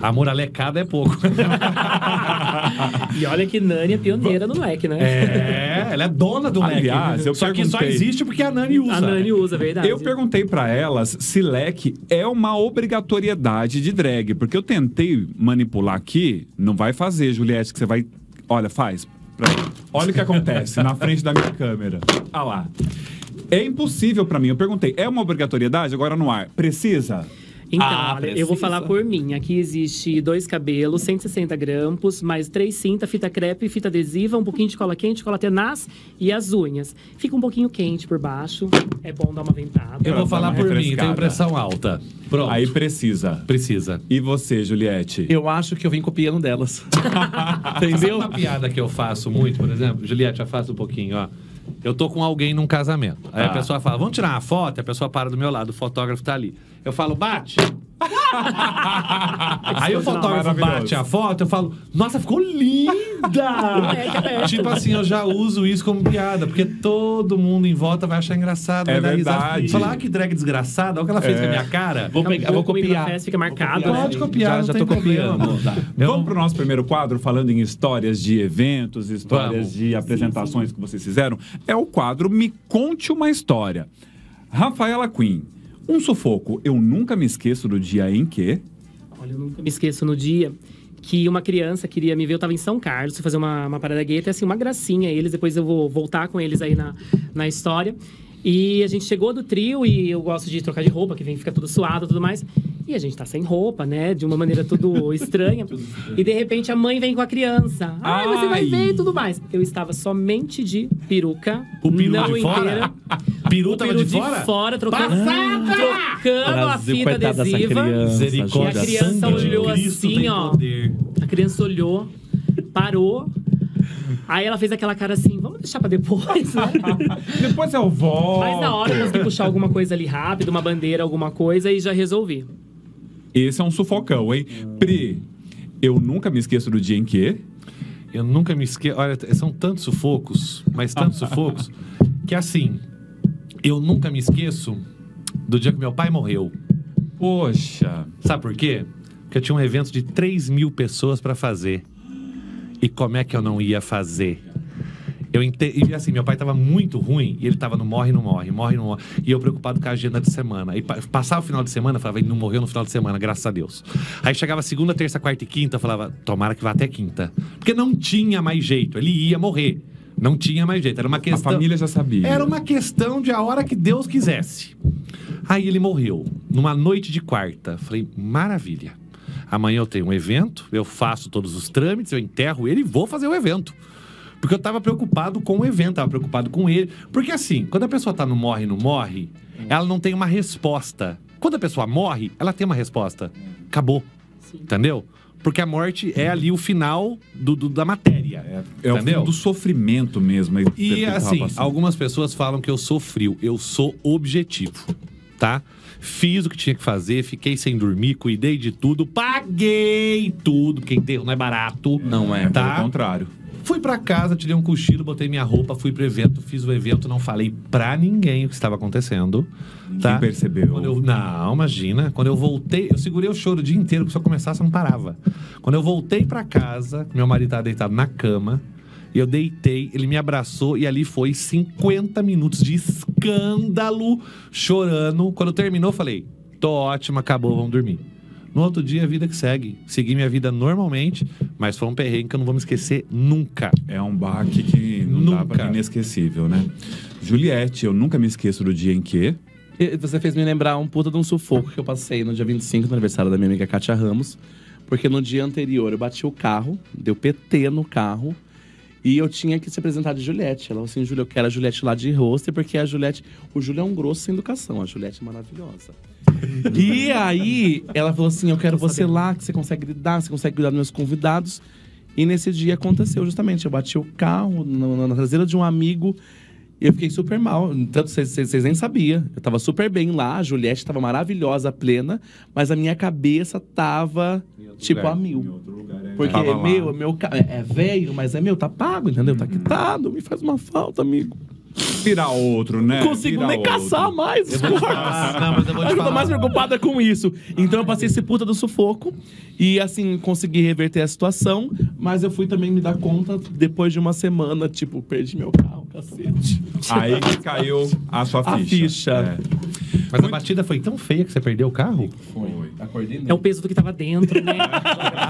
[SPEAKER 3] Amor alecada é pouco.
[SPEAKER 4] E olha que Nani é pioneira no leque, né?
[SPEAKER 3] é, ela é dona do leque.
[SPEAKER 1] Aliás, eu
[SPEAKER 3] Só que só
[SPEAKER 1] perguntei-
[SPEAKER 3] existe porque a Nani usa.
[SPEAKER 4] A Nani usa, é verdade.
[SPEAKER 1] Eu perguntei pra elas se leque é uma obrigatoriedade de drag, porque eu tentei manipular aqui, não vai fazer, Juliette, que você vai. Olha, faz. pra mim. Olha o que acontece na frente da minha câmera. Ah lá. É impossível pra mim. Eu perguntei, é uma obrigatoriedade agora no ar? Precisa?
[SPEAKER 4] Então,
[SPEAKER 5] Ah,
[SPEAKER 4] olha, eu
[SPEAKER 5] precisa.
[SPEAKER 4] vou falar por mim. Aqui existe dois cabelos, 160 grampos, mais três cintas, fita crepe, fita adesiva, um pouquinho de cola quente, cola tenaz e as unhas. Fica um pouquinho quente por baixo, é bom dar uma ventada.
[SPEAKER 3] Eu
[SPEAKER 1] Pra
[SPEAKER 3] vou
[SPEAKER 1] dar
[SPEAKER 3] falar
[SPEAKER 1] uma
[SPEAKER 3] por mim,
[SPEAKER 1] refrescada.
[SPEAKER 3] tenho pressão alta. Pronto.
[SPEAKER 1] Aí precisa.
[SPEAKER 3] precisa.
[SPEAKER 1] E você, Juliette?
[SPEAKER 5] Eu acho que eu vim copiando delas.
[SPEAKER 3] Entendeu? Uma piada que eu faço muito, por exemplo, Juliette, já faço um pouquinho, ó. Eu tô com alguém num casamento. Aí a
[SPEAKER 1] Tá.
[SPEAKER 3] pessoa fala, vamos tirar uma foto? A pessoa para do meu lado, o fotógrafo tá ali. Eu falo, bate! Aí o fotógrafo
[SPEAKER 1] Maravilhoso.
[SPEAKER 3] bate a foto, eu falo, nossa, ficou linda!
[SPEAKER 4] É,
[SPEAKER 3] tipo assim, eu já uso isso como piada, porque todo mundo em volta vai achar engraçado, vai
[SPEAKER 1] É
[SPEAKER 3] dar risada.
[SPEAKER 1] verdade.
[SPEAKER 3] Falar, ah, que drag desgraçada, olha o que ela fez
[SPEAKER 1] É.
[SPEAKER 3] com a minha cara.
[SPEAKER 5] Vou pegar, vou
[SPEAKER 4] comigo na
[SPEAKER 5] copiar.
[SPEAKER 4] festa, fica marcado,
[SPEAKER 5] Vou
[SPEAKER 3] Pode
[SPEAKER 4] né?
[SPEAKER 3] copiar,
[SPEAKER 5] já,
[SPEAKER 3] não
[SPEAKER 5] já tô
[SPEAKER 3] tem problema.
[SPEAKER 5] copiando. Tá.
[SPEAKER 3] Eu
[SPEAKER 1] Vamos
[SPEAKER 3] não-
[SPEAKER 1] pro nosso primeiro quadro, falando em histórias de eventos, histórias
[SPEAKER 3] Vamos.
[SPEAKER 1] de apresentações que vocês fizeram. É o quadro Me Conte Uma História. Rafaela Queen, um sufoco. Eu nunca me esqueço do dia em que...
[SPEAKER 4] Olha, eu nunca me esqueço no dia que uma criança queria me ver. Eu tava em São Carlos, fui fazer uma, uma parada gay, até assim, uma gracinha eles. Depois eu vou voltar com eles aí na, na história. E a gente chegou do trio e eu gosto de trocar de roupa, que vem fica tudo suado e tudo mais. E a gente tá sem roupa, né? De uma maneira tudo estranha. e de repente a mãe vem com a criança. Ai, você vai
[SPEAKER 1] Ai.
[SPEAKER 4] ver e tudo mais. Eu estava somente de peruca.
[SPEAKER 3] O peru
[SPEAKER 4] não
[SPEAKER 3] de fora?
[SPEAKER 4] inteira.
[SPEAKER 3] Peru
[SPEAKER 4] O
[SPEAKER 3] tava
[SPEAKER 4] peru
[SPEAKER 3] de fora?
[SPEAKER 4] trocando, trocando a
[SPEAKER 5] Brasil,
[SPEAKER 4] fita
[SPEAKER 5] coitada dessa
[SPEAKER 4] adesiva.
[SPEAKER 5] criança.
[SPEAKER 3] Misericórdia.
[SPEAKER 4] E a criança
[SPEAKER 3] Sangue de
[SPEAKER 4] olhou
[SPEAKER 3] Cristo
[SPEAKER 4] assim,
[SPEAKER 3] tem
[SPEAKER 4] ó.
[SPEAKER 3] poder.
[SPEAKER 4] A criança olhou, parou. Aí ela fez aquela cara assim, vamos deixar pra depois, né?
[SPEAKER 1] Depois
[SPEAKER 3] é
[SPEAKER 1] eu volto.
[SPEAKER 4] Mas na hora eu consegui puxar alguma coisa ali rápido, uma bandeira, alguma coisa, e já resolvi.
[SPEAKER 1] Esse é um sufocão, hein? Pri, eu nunca me esqueço do dia em que...
[SPEAKER 3] Eu nunca me esqueço. Olha, t- são tantos sufocos, mas tantos sufocos, que assim, eu nunca me esqueço do dia que meu pai morreu.
[SPEAKER 1] Poxa,
[SPEAKER 3] Sabe por quê? Porque eu tinha um evento de 3 mil pessoas pra fazer. E como é que eu não ia fazer? Eu ente... E assim, meu pai tava muito ruim e ele tava no morre, não morre, morre, não morre. E eu preocupado com a agenda de semana. E pa- passava o final de semana, eu falava, ele não morreu no final de semana, graças a Deus. Aí chegava segunda, terça, quarta e quinta, eu falava, tomara que vá até quinta. Porque não tinha mais jeito, ele ia morrer. Não tinha mais jeito. Era uma
[SPEAKER 1] A
[SPEAKER 3] questão.
[SPEAKER 1] família já sabia.
[SPEAKER 3] Era uma questão de a hora que Deus quisesse. Aí ele morreu, numa noite de quarta. Falei, maravilha. Amanhã eu tenho um evento, eu faço todos os trâmites, eu enterro ele e vou fazer o evento. Porque eu tava preocupado com o evento, tava preocupado com ele. Porque assim, quando a pessoa tá no morre, não morre, ela não tem uma resposta. Quando a pessoa morre, ela tem uma resposta. Acabou.
[SPEAKER 4] Sim.
[SPEAKER 3] Entendeu? Porque a morte é ali o final do- do- da matéria.
[SPEAKER 1] É o
[SPEAKER 3] entendeu?
[SPEAKER 1] fim do sofrimento mesmo. é ele- ele
[SPEAKER 3] E
[SPEAKER 1] tava
[SPEAKER 3] assim,
[SPEAKER 1] passando.
[SPEAKER 3] algumas pessoas falam que eu sou frio. Eu sou objetivo, tá? Fiz o que tinha que fazer, fiquei sem dormir, cuidei de tudo, paguei tudo, porque enterro não é barato.
[SPEAKER 2] Não é.
[SPEAKER 1] Pelo
[SPEAKER 3] Tá?
[SPEAKER 1] contrário.
[SPEAKER 3] Fui pra casa, tirei um cochilo, botei minha roupa, fui pro evento, fiz o evento, não falei pra ninguém o que estava acontecendo. Tá?
[SPEAKER 1] Quem percebeu?
[SPEAKER 3] Quando eu- não, imagina. Quando eu voltei, eu segurei o choro o dia inteiro, porque se eu começasse, eu não parava. Quando eu voltei pra casa, meu marido tava deitado na cama, e eu deitei, ele me abraçou, e ali foi 50 minutos de escândalo, chorando. Quando terminou, eu falei: tô ótima, acabou, vamos dormir. No outro dia, a vida que segue. Segui minha vida normalmente, mas foi um perrengue que eu não vou me esquecer nunca.
[SPEAKER 1] É um baque que não dá pra
[SPEAKER 3] Nunca.
[SPEAKER 1] inesquecível, né? Juliette, eu nunca me esqueço do dia em que.
[SPEAKER 2] E Você fez me lembrar um puta de um sufoco que eu passei no dia 25, no aniversário da minha amiga Kátia Ramos. Porque no dia anterior eu bati o carro, deu PT no carro. E eu tinha que se apresentar de Juliette. Ela falou assim, Júlia, eu quero a Juliette lá de rosto, porque a Juliette... O Júlio é um grosso sem educação, a Juliette é maravilhosa. e aí, ela falou assim, eu quero você lá, que você consegue lidar, você consegue cuidar dos meus convidados. E nesse dia aconteceu justamente, eu bati o carro na, na- na traseira de um amigo e eu fiquei super mal. Tanto vocês- vocês vocês nem sabiam. Eu tava super bem lá, a Juliette tava maravilhosa, plena, mas a minha cabeça tava tipo
[SPEAKER 3] lugar.
[SPEAKER 2] a mil.
[SPEAKER 1] outro lugar, é.
[SPEAKER 2] Porque
[SPEAKER 1] Tava
[SPEAKER 2] é
[SPEAKER 1] lá.
[SPEAKER 2] meu, é meu ca- é velho, mas é meu, tá pago, entendeu? Tá quitado, me faz uma falta, amigo.
[SPEAKER 1] Vira outro, né?
[SPEAKER 2] Não consigo
[SPEAKER 1] Vira
[SPEAKER 2] nem
[SPEAKER 1] outro.
[SPEAKER 2] caçar mais os corpos.
[SPEAKER 3] Ah, não, mas eu vou te
[SPEAKER 2] Mas eu tô
[SPEAKER 3] falar.
[SPEAKER 2] mais preocupada com isso. Então eu passei esse puta do sufoco. E assim, consegui reverter a situação. Mas eu fui também me dar conta, depois de uma semana, tipo, perdi meu carro, cacete.
[SPEAKER 1] Aí que caiu a sua
[SPEAKER 2] A
[SPEAKER 1] ficha.
[SPEAKER 2] ficha.
[SPEAKER 1] É.
[SPEAKER 3] Mas a batida foi tão feia que você perdeu o carro?
[SPEAKER 2] Foi. Acordei
[SPEAKER 4] É o peso do que tava dentro, né?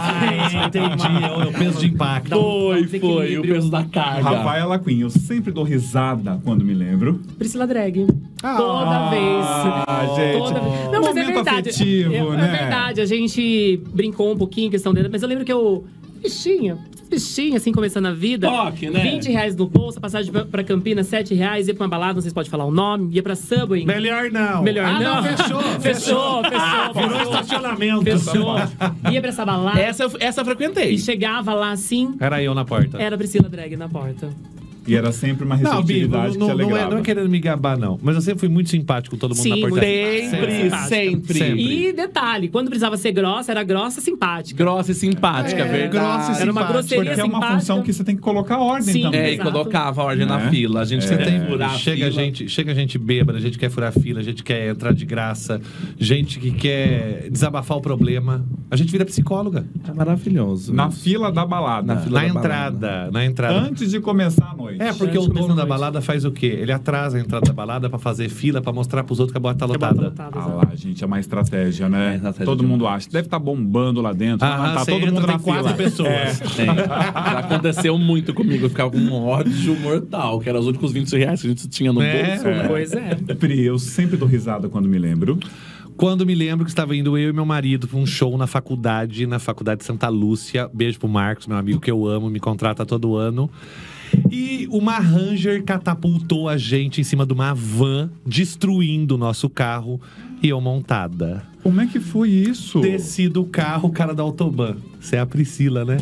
[SPEAKER 3] É o peso de impacto.
[SPEAKER 4] Dá um- dá um
[SPEAKER 2] Foi, foi.
[SPEAKER 4] desequilíbrio.
[SPEAKER 2] O peso da carga.
[SPEAKER 1] Rafaela Queen, eu sempre dou risada quando me lembro.
[SPEAKER 4] Priscila Drag. Toda vez.
[SPEAKER 1] Ah, gente.
[SPEAKER 4] Toda...
[SPEAKER 3] tipo,
[SPEAKER 4] Não, mas é
[SPEAKER 1] Momento
[SPEAKER 4] verdade.
[SPEAKER 1] afetivo,
[SPEAKER 4] é, é
[SPEAKER 1] né?
[SPEAKER 4] verdade, a gente brincou um pouquinho em questão dele, mas eu lembro que eu. Bichinha, bichinha, assim, começando a vida.
[SPEAKER 2] Toque, né?
[SPEAKER 4] 20 reais no bolso, a passagem pra, pra Campinas, 7 reais, ia pra uma balada, não sei se pode falar o nome, ia pra Subway.
[SPEAKER 3] Melhor não.
[SPEAKER 4] Melhor
[SPEAKER 3] Ah,
[SPEAKER 4] não.
[SPEAKER 3] Fechou,
[SPEAKER 4] Fechou, fechou,
[SPEAKER 3] Virou
[SPEAKER 4] fechou.
[SPEAKER 3] estacionamento.
[SPEAKER 4] Fechou. Ia pra essa balada
[SPEAKER 2] Essa, eu- essa eu frequentei.
[SPEAKER 4] e chegava lá assim,
[SPEAKER 3] Era eu na porta.
[SPEAKER 4] era a Priscila Drag na porta.
[SPEAKER 1] E era sempre uma
[SPEAKER 3] Não,
[SPEAKER 1] receptividade
[SPEAKER 3] Bibo, não,
[SPEAKER 1] que te
[SPEAKER 3] não- não é,
[SPEAKER 1] alegrava.
[SPEAKER 3] não é querendo me gabar, não. Mas eu sempre fui muito simpático com todo mundo
[SPEAKER 4] Sim,
[SPEAKER 3] na portaria.
[SPEAKER 4] muito
[SPEAKER 2] Sempre,
[SPEAKER 4] simpática.
[SPEAKER 2] sempre.
[SPEAKER 3] Sempre.
[SPEAKER 4] E detalhe, quando precisava ser grossa, era grossa simpática.
[SPEAKER 2] Grossa e simpática,
[SPEAKER 3] É,
[SPEAKER 2] verdade.
[SPEAKER 3] grossa e
[SPEAKER 4] Era uma
[SPEAKER 3] simpática.
[SPEAKER 4] grosseria
[SPEAKER 1] Porque é uma
[SPEAKER 4] simpática.
[SPEAKER 1] função que você tem que colocar ordem
[SPEAKER 4] Sim.
[SPEAKER 1] também.
[SPEAKER 2] É, e
[SPEAKER 4] Exato.
[SPEAKER 2] colocava a ordem
[SPEAKER 1] Né?
[SPEAKER 2] na fila. A gente
[SPEAKER 3] Você tem-
[SPEAKER 2] que furar a
[SPEAKER 3] chega,
[SPEAKER 2] fila.
[SPEAKER 3] gente, chega gente bêbada, gente que quer furar fila, gente que quer entrar de graça, gente que quer desabafar o problema. A gente vira psicóloga.
[SPEAKER 2] É maravilhoso.
[SPEAKER 1] Na fila da balada.
[SPEAKER 2] Na fila
[SPEAKER 3] na
[SPEAKER 2] da
[SPEAKER 3] entrada, na entrada.
[SPEAKER 1] Antes de começar a noite.
[SPEAKER 3] É, porque
[SPEAKER 4] Antes
[SPEAKER 3] o
[SPEAKER 4] de começar
[SPEAKER 3] dono
[SPEAKER 4] a
[SPEAKER 3] da
[SPEAKER 4] noite.
[SPEAKER 3] balada faz o quê? Ele atrasa a entrada da balada pra fazer fila, pra mostrar pros outros que a boate tá
[SPEAKER 4] Tá
[SPEAKER 3] lotada.
[SPEAKER 4] lotado,
[SPEAKER 1] Ah
[SPEAKER 4] exato.
[SPEAKER 1] lá, gente, é uma estratégia, né?
[SPEAKER 2] É estratégia
[SPEAKER 1] todo
[SPEAKER 2] demais.
[SPEAKER 1] mundo acha. Deve estar bombando lá dentro.
[SPEAKER 3] Ah,
[SPEAKER 1] mas tá
[SPEAKER 3] você
[SPEAKER 1] todo
[SPEAKER 3] entra,
[SPEAKER 1] mundo na
[SPEAKER 3] tem quatro
[SPEAKER 1] fila. É.
[SPEAKER 3] pessoas.
[SPEAKER 2] Tem. Já aconteceu muito comigo. Eu ficava com um ódio mortal, que era os únicos 20 reais que a gente tinha no
[SPEAKER 3] É,
[SPEAKER 2] bolso. né?
[SPEAKER 3] é.
[SPEAKER 4] Pois é.
[SPEAKER 1] Pri, eu sempre dou risada quando me lembro.
[SPEAKER 3] Quando me lembro que estava indo eu e meu marido pra um show na faculdade, na faculdade de Santa Lúcia. Beijo pro Marcos, meu amigo que eu amo, me contrata todo ano. E uma Ranger catapultou a gente em cima de uma van, destruindo o nosso carro e eu montada.
[SPEAKER 1] Como é que foi
[SPEAKER 2] Oh.
[SPEAKER 1] isso?
[SPEAKER 3] Desci do carro, o cara da Autobahn. Você é a Priscila, né?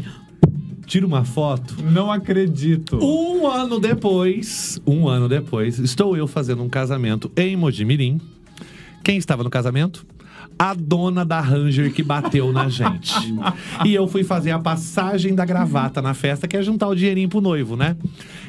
[SPEAKER 3] Tira uma foto.
[SPEAKER 1] Não acredito.
[SPEAKER 3] Um ano depois, um ano depois, estou eu fazendo um casamento em Mojimirim. Quem estava no casamento? A dona da Ranger que bateu na gente. E eu fui fazer a passagem da gravata na festa, que é juntar o dinheirinho pro noivo, né?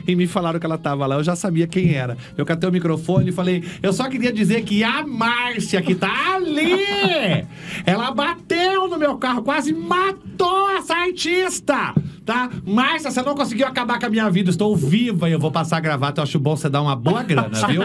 [SPEAKER 3] E me falaram que ela tava lá, eu já sabia quem era. Eu catei o microfone e falei: eu só queria dizer que a Márcia, que tá ali, ela bateu no meu carro, quase matou essa artista! tá? Márcia, você não conseguiu acabar com a minha vida. Estou viva e eu vou passar a gravata. Eu acho bom você dar uma boa grana, viu?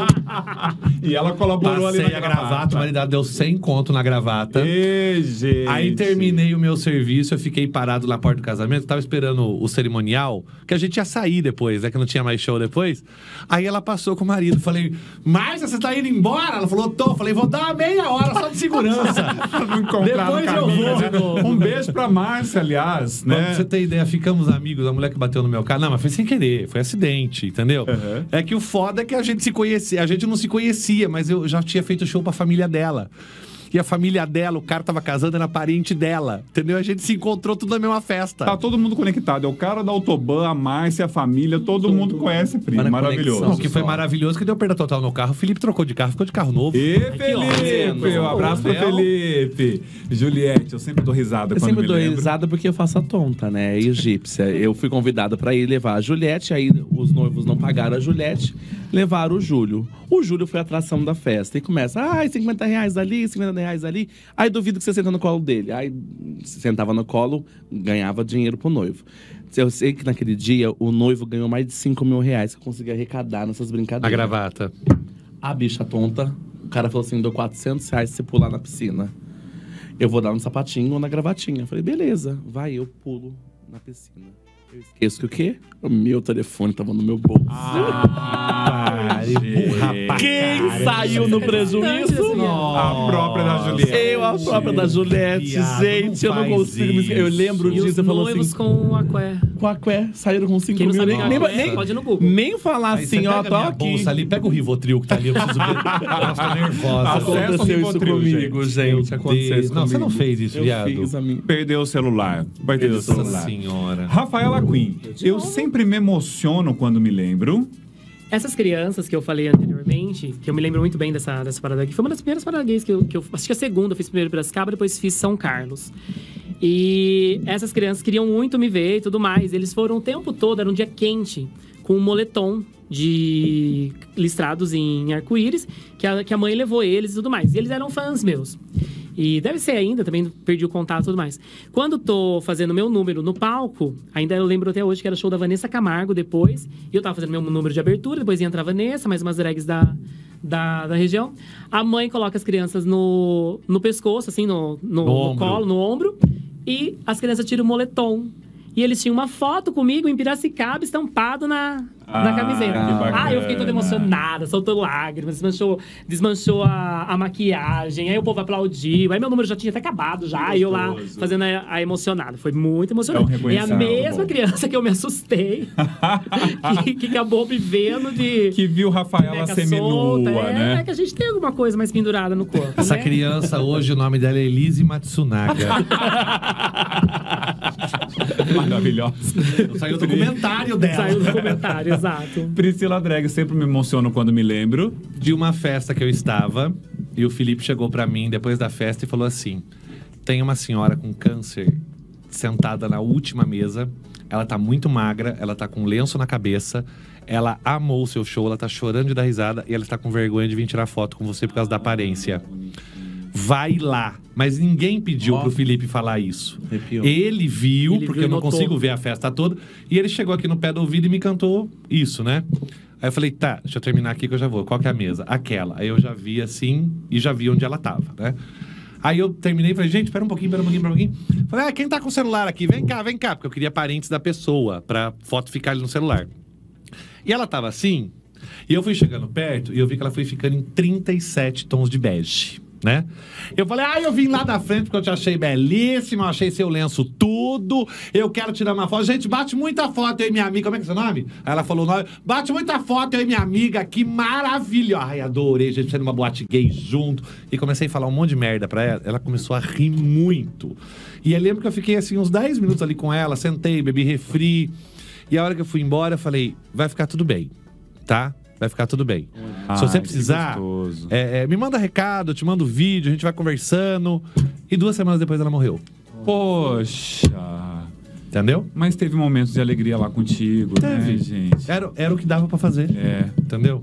[SPEAKER 1] E ela colaborou
[SPEAKER 3] Passei
[SPEAKER 1] ali na
[SPEAKER 3] a gravata, o marido deu 100 conto na gravata.
[SPEAKER 1] Ê, gente.
[SPEAKER 3] Aí terminei o meu serviço, eu fiquei parado na porta do casamento, tava esperando o cerimonial, que a gente ia sair depois, né? Que não tinha mais show depois. Aí ela passou com o marido, falei, Márcia, você tá indo embora? Ela falou, tô. Falei, vou dar uma meia hora só de segurança.
[SPEAKER 1] Pra não encontrar no
[SPEAKER 3] Depois eu
[SPEAKER 1] caminho,
[SPEAKER 3] vou.
[SPEAKER 1] né? Um beijo pra Márcia, aliás,
[SPEAKER 3] Pra
[SPEAKER 1] né?
[SPEAKER 3] você ter ideia, ficamos amigos, a mulher que bateu no meu carro. Não, mas foi sem querer, foi acidente, entendeu?
[SPEAKER 1] Uhum.
[SPEAKER 3] É que o foda é que a gente se conhecia, a gente não se conhecia, mas eu já tinha feito show pra família dela. E a família dela, o cara tava casando, era parente dela. Entendeu? A gente se encontrou tudo na mesma festa.
[SPEAKER 1] Tá todo mundo conectado. É o cara da Autobahn, a Márcia, a família, todo mundo conhece, primo.
[SPEAKER 2] Olha a
[SPEAKER 1] Maravilhoso.
[SPEAKER 3] Não, o que foi maravilhoso é que deu perda total no carro. O Felipe trocou de carro, ficou de carro novo.
[SPEAKER 1] E
[SPEAKER 2] ótimo.
[SPEAKER 1] Felipe, um abraço pro
[SPEAKER 3] Léo.
[SPEAKER 1] Felipe. Juliette, eu sempre dou risada
[SPEAKER 2] Eu
[SPEAKER 1] quando
[SPEAKER 2] sempre
[SPEAKER 1] me
[SPEAKER 2] dou
[SPEAKER 1] lembro.
[SPEAKER 2] risada porque eu faço a tonta, né? Egípcia. Eu fui convidada pra ir levar a Juliette, aí os noivos não pagaram a Juliette, levaram o Júlio. O Júlio foi a atração da festa e começa, ai, 50 reais ali, 50 reais ali. Aí duvido que você senta no colo dele. Aí sentava no colo, ganhava dinheiro pro noivo. Eu sei que naquele dia o noivo ganhou mais de 5 mil reais que eu consegui arrecadar nessas
[SPEAKER 3] Na
[SPEAKER 2] brincadeiras.
[SPEAKER 3] gravata.
[SPEAKER 2] A bicha tonta, o cara falou assim: dou 400 reais se você pular na piscina. Eu vou dar no sapatinho ou na gravatinha. Eu falei, beleza, vai, eu pulo na piscina. Eu esqueço que o quê? O meu telefone tava no meu bolso.
[SPEAKER 1] Ah, gente.
[SPEAKER 2] Quem saiu no
[SPEAKER 4] Bastante, assim,
[SPEAKER 2] prejuízo?
[SPEAKER 4] ó.
[SPEAKER 1] A própria da Juliette.
[SPEAKER 2] Eu, a própria da Juliette,
[SPEAKER 3] Viado,
[SPEAKER 2] gente,
[SPEAKER 3] não
[SPEAKER 2] eu não
[SPEAKER 3] faz
[SPEAKER 2] consigo me esque- Eu
[SPEAKER 3] isso.
[SPEAKER 2] lembro
[SPEAKER 4] E os
[SPEAKER 2] disso, eu falo
[SPEAKER 4] noivos
[SPEAKER 2] assim,
[SPEAKER 4] com a cué.
[SPEAKER 2] quacué, saíram com 5
[SPEAKER 4] Quem não
[SPEAKER 2] mil.
[SPEAKER 4] sabe é?
[SPEAKER 2] Nem,
[SPEAKER 4] pegar a cué,
[SPEAKER 2] nem,
[SPEAKER 4] pode ir no Google.
[SPEAKER 2] nem falar
[SPEAKER 3] Aí você
[SPEAKER 2] assim, ó,
[SPEAKER 3] pega
[SPEAKER 2] tô
[SPEAKER 3] a minha
[SPEAKER 2] aqui.
[SPEAKER 3] bolsa ali, pega o Rivotril que tá ali, eu preciso ver. Ela tá nervosa.
[SPEAKER 1] Tá Acesso ao
[SPEAKER 2] Aconteceu isso
[SPEAKER 1] Rivotril,
[SPEAKER 2] comigo,
[SPEAKER 1] gente.
[SPEAKER 2] gente.
[SPEAKER 3] Meu
[SPEAKER 2] aconteceu
[SPEAKER 3] Deus.
[SPEAKER 2] isso
[SPEAKER 3] Não, você não
[SPEAKER 2] comigo.
[SPEAKER 3] fez isso,
[SPEAKER 2] eu
[SPEAKER 3] viado.
[SPEAKER 2] Fiz, amigo.
[SPEAKER 1] Perdeu o celular. Perdeu o
[SPEAKER 3] Nossa
[SPEAKER 1] celular.
[SPEAKER 3] senhora.
[SPEAKER 1] Rafaela Queen, eu sempre me emociono quando me lembro.
[SPEAKER 4] Essas crianças que eu falei anteriormente, que eu me lembro muito bem dessa, dessa parada aqui, foi uma das primeiras paradas gays que eu, que eu. Acho que a segunda, eu fiz primeiro Piracicaba, depois fiz São Carlos. E essas crianças queriam muito me ver e tudo mais. Eles foram o tempo todo, era um dia quente, com um moletom de listrados em arco-íris, que a, que a mãe levou eles e tudo mais. E eles eram fãs meus. E deve ser ainda, também perdi o contato e tudo mais. Quando tô fazendo meu número no palco, ainda eu lembro até hoje que era show da Vanessa Camargo depois. E eu tava fazendo meu número de abertura, depois ia entrar a Vanessa, mais umas drags da, da, da região. A mãe coloca as crianças no, no pescoço, assim, no,
[SPEAKER 3] No
[SPEAKER 4] no, no
[SPEAKER 3] ombro.
[SPEAKER 4] colo, no ombro. E as crianças tiram o moletom. E eles tinham uma foto comigo em Piracicaba, estampado na,
[SPEAKER 1] Ah,
[SPEAKER 4] na camiseta.
[SPEAKER 1] que
[SPEAKER 4] Ah, eu fiquei
[SPEAKER 1] bacana.
[SPEAKER 4] toda emocionada, soltou lágrimas, desmanchou, desmanchou a, a maquiagem. Aí o povo aplaudiu. Aí meu número já tinha até acabado já. E eu lá
[SPEAKER 1] Gostoso.
[SPEAKER 4] fazendo a, a emocionada. Foi muito emocionante.
[SPEAKER 1] É um
[SPEAKER 4] é a
[SPEAKER 1] reconhecimento
[SPEAKER 4] mesma
[SPEAKER 1] bom.
[SPEAKER 4] criança que eu me assustei, que, que acabou me vendo de.
[SPEAKER 1] Que viu Rafaela
[SPEAKER 4] Neca
[SPEAKER 1] seminua,
[SPEAKER 4] solta. É,
[SPEAKER 1] né?
[SPEAKER 4] é que a gente tem alguma coisa mais pendurada no corpo.
[SPEAKER 3] Essa
[SPEAKER 4] né?
[SPEAKER 3] criança hoje, o nome dela é Elise Matsunaga.
[SPEAKER 1] Maravilhosa.
[SPEAKER 3] Saiu o documentário dela.
[SPEAKER 4] Saiu do comentário, exato.
[SPEAKER 1] Priscila Drag, sempre me emociono quando me lembro.
[SPEAKER 3] de uma festa que eu estava e o Felipe chegou pra mim depois da festa e falou assim: tem uma senhora com câncer sentada na última mesa, ela tá muito magra, ela tá com lenço na cabeça, ela amou o seu show, ela tá chorando de dar risada e ela está com vergonha de vir tirar foto com você por causa da aparência. Vai lá. Mas ninguém pediu pro Felipe falar isso.
[SPEAKER 2] Arrepiou.
[SPEAKER 3] Ele viu,
[SPEAKER 4] Ele
[SPEAKER 3] porque eu
[SPEAKER 4] viu né? e
[SPEAKER 3] não
[SPEAKER 4] notou.
[SPEAKER 3] consigo ver a festa toda. E ele chegou aqui no pé do ouvido e me cantou isso, né? Aí eu falei, tá, deixa eu terminar aqui que eu já vou. Qual que é a mesa? Aquela. Aí eu já vi assim e já vi onde ela tava, né? Aí eu terminei e falei, gente, pera um pouquinho, pera um pouquinho, pera um pouquinho. Falei, ah, quem tá com o celular aqui? Vem cá, vem cá. Porque eu queria parentes da pessoa, pra foto ficar ali no celular. E ela tava assim, e eu fui chegando perto e eu vi que ela foi ficando em 37 tons de bege, né? Eu falei, ah, eu vim lá da frente porque eu te achei belíssima, eu achei seu lenço tudo, eu quero tirar uma foto. Gente, bate muita foto, eu e minha amiga, como é que é seu nome? Aí ela falou, o nome. bate muita foto, eu e minha amiga, que maravilha. Ai, adorei, gente, sendo uma boate gay junto. E comecei a falar um monte de merda pra ela, ela começou a rir muito. E eu lembro que eu fiquei, assim, uns 10 minutos ali com ela, sentei, bebi refri. E a hora que eu fui embora, eu falei, vai ficar tudo bem, tá? Vai ficar tudo bem. Se
[SPEAKER 1] Ai,
[SPEAKER 3] você
[SPEAKER 1] que
[SPEAKER 3] precisar,
[SPEAKER 1] gostoso.
[SPEAKER 3] é, é, me manda recado, eu te mando vídeo, a gente vai conversando. E duas semanas depois ela morreu.
[SPEAKER 1] Poxa.
[SPEAKER 3] Entendeu?
[SPEAKER 1] Mas teve momentos de alegria lá contigo, né,
[SPEAKER 3] Teve.
[SPEAKER 2] É
[SPEAKER 1] gente?
[SPEAKER 3] Era, era o que dava pra fazer.
[SPEAKER 1] É.
[SPEAKER 3] Entendeu?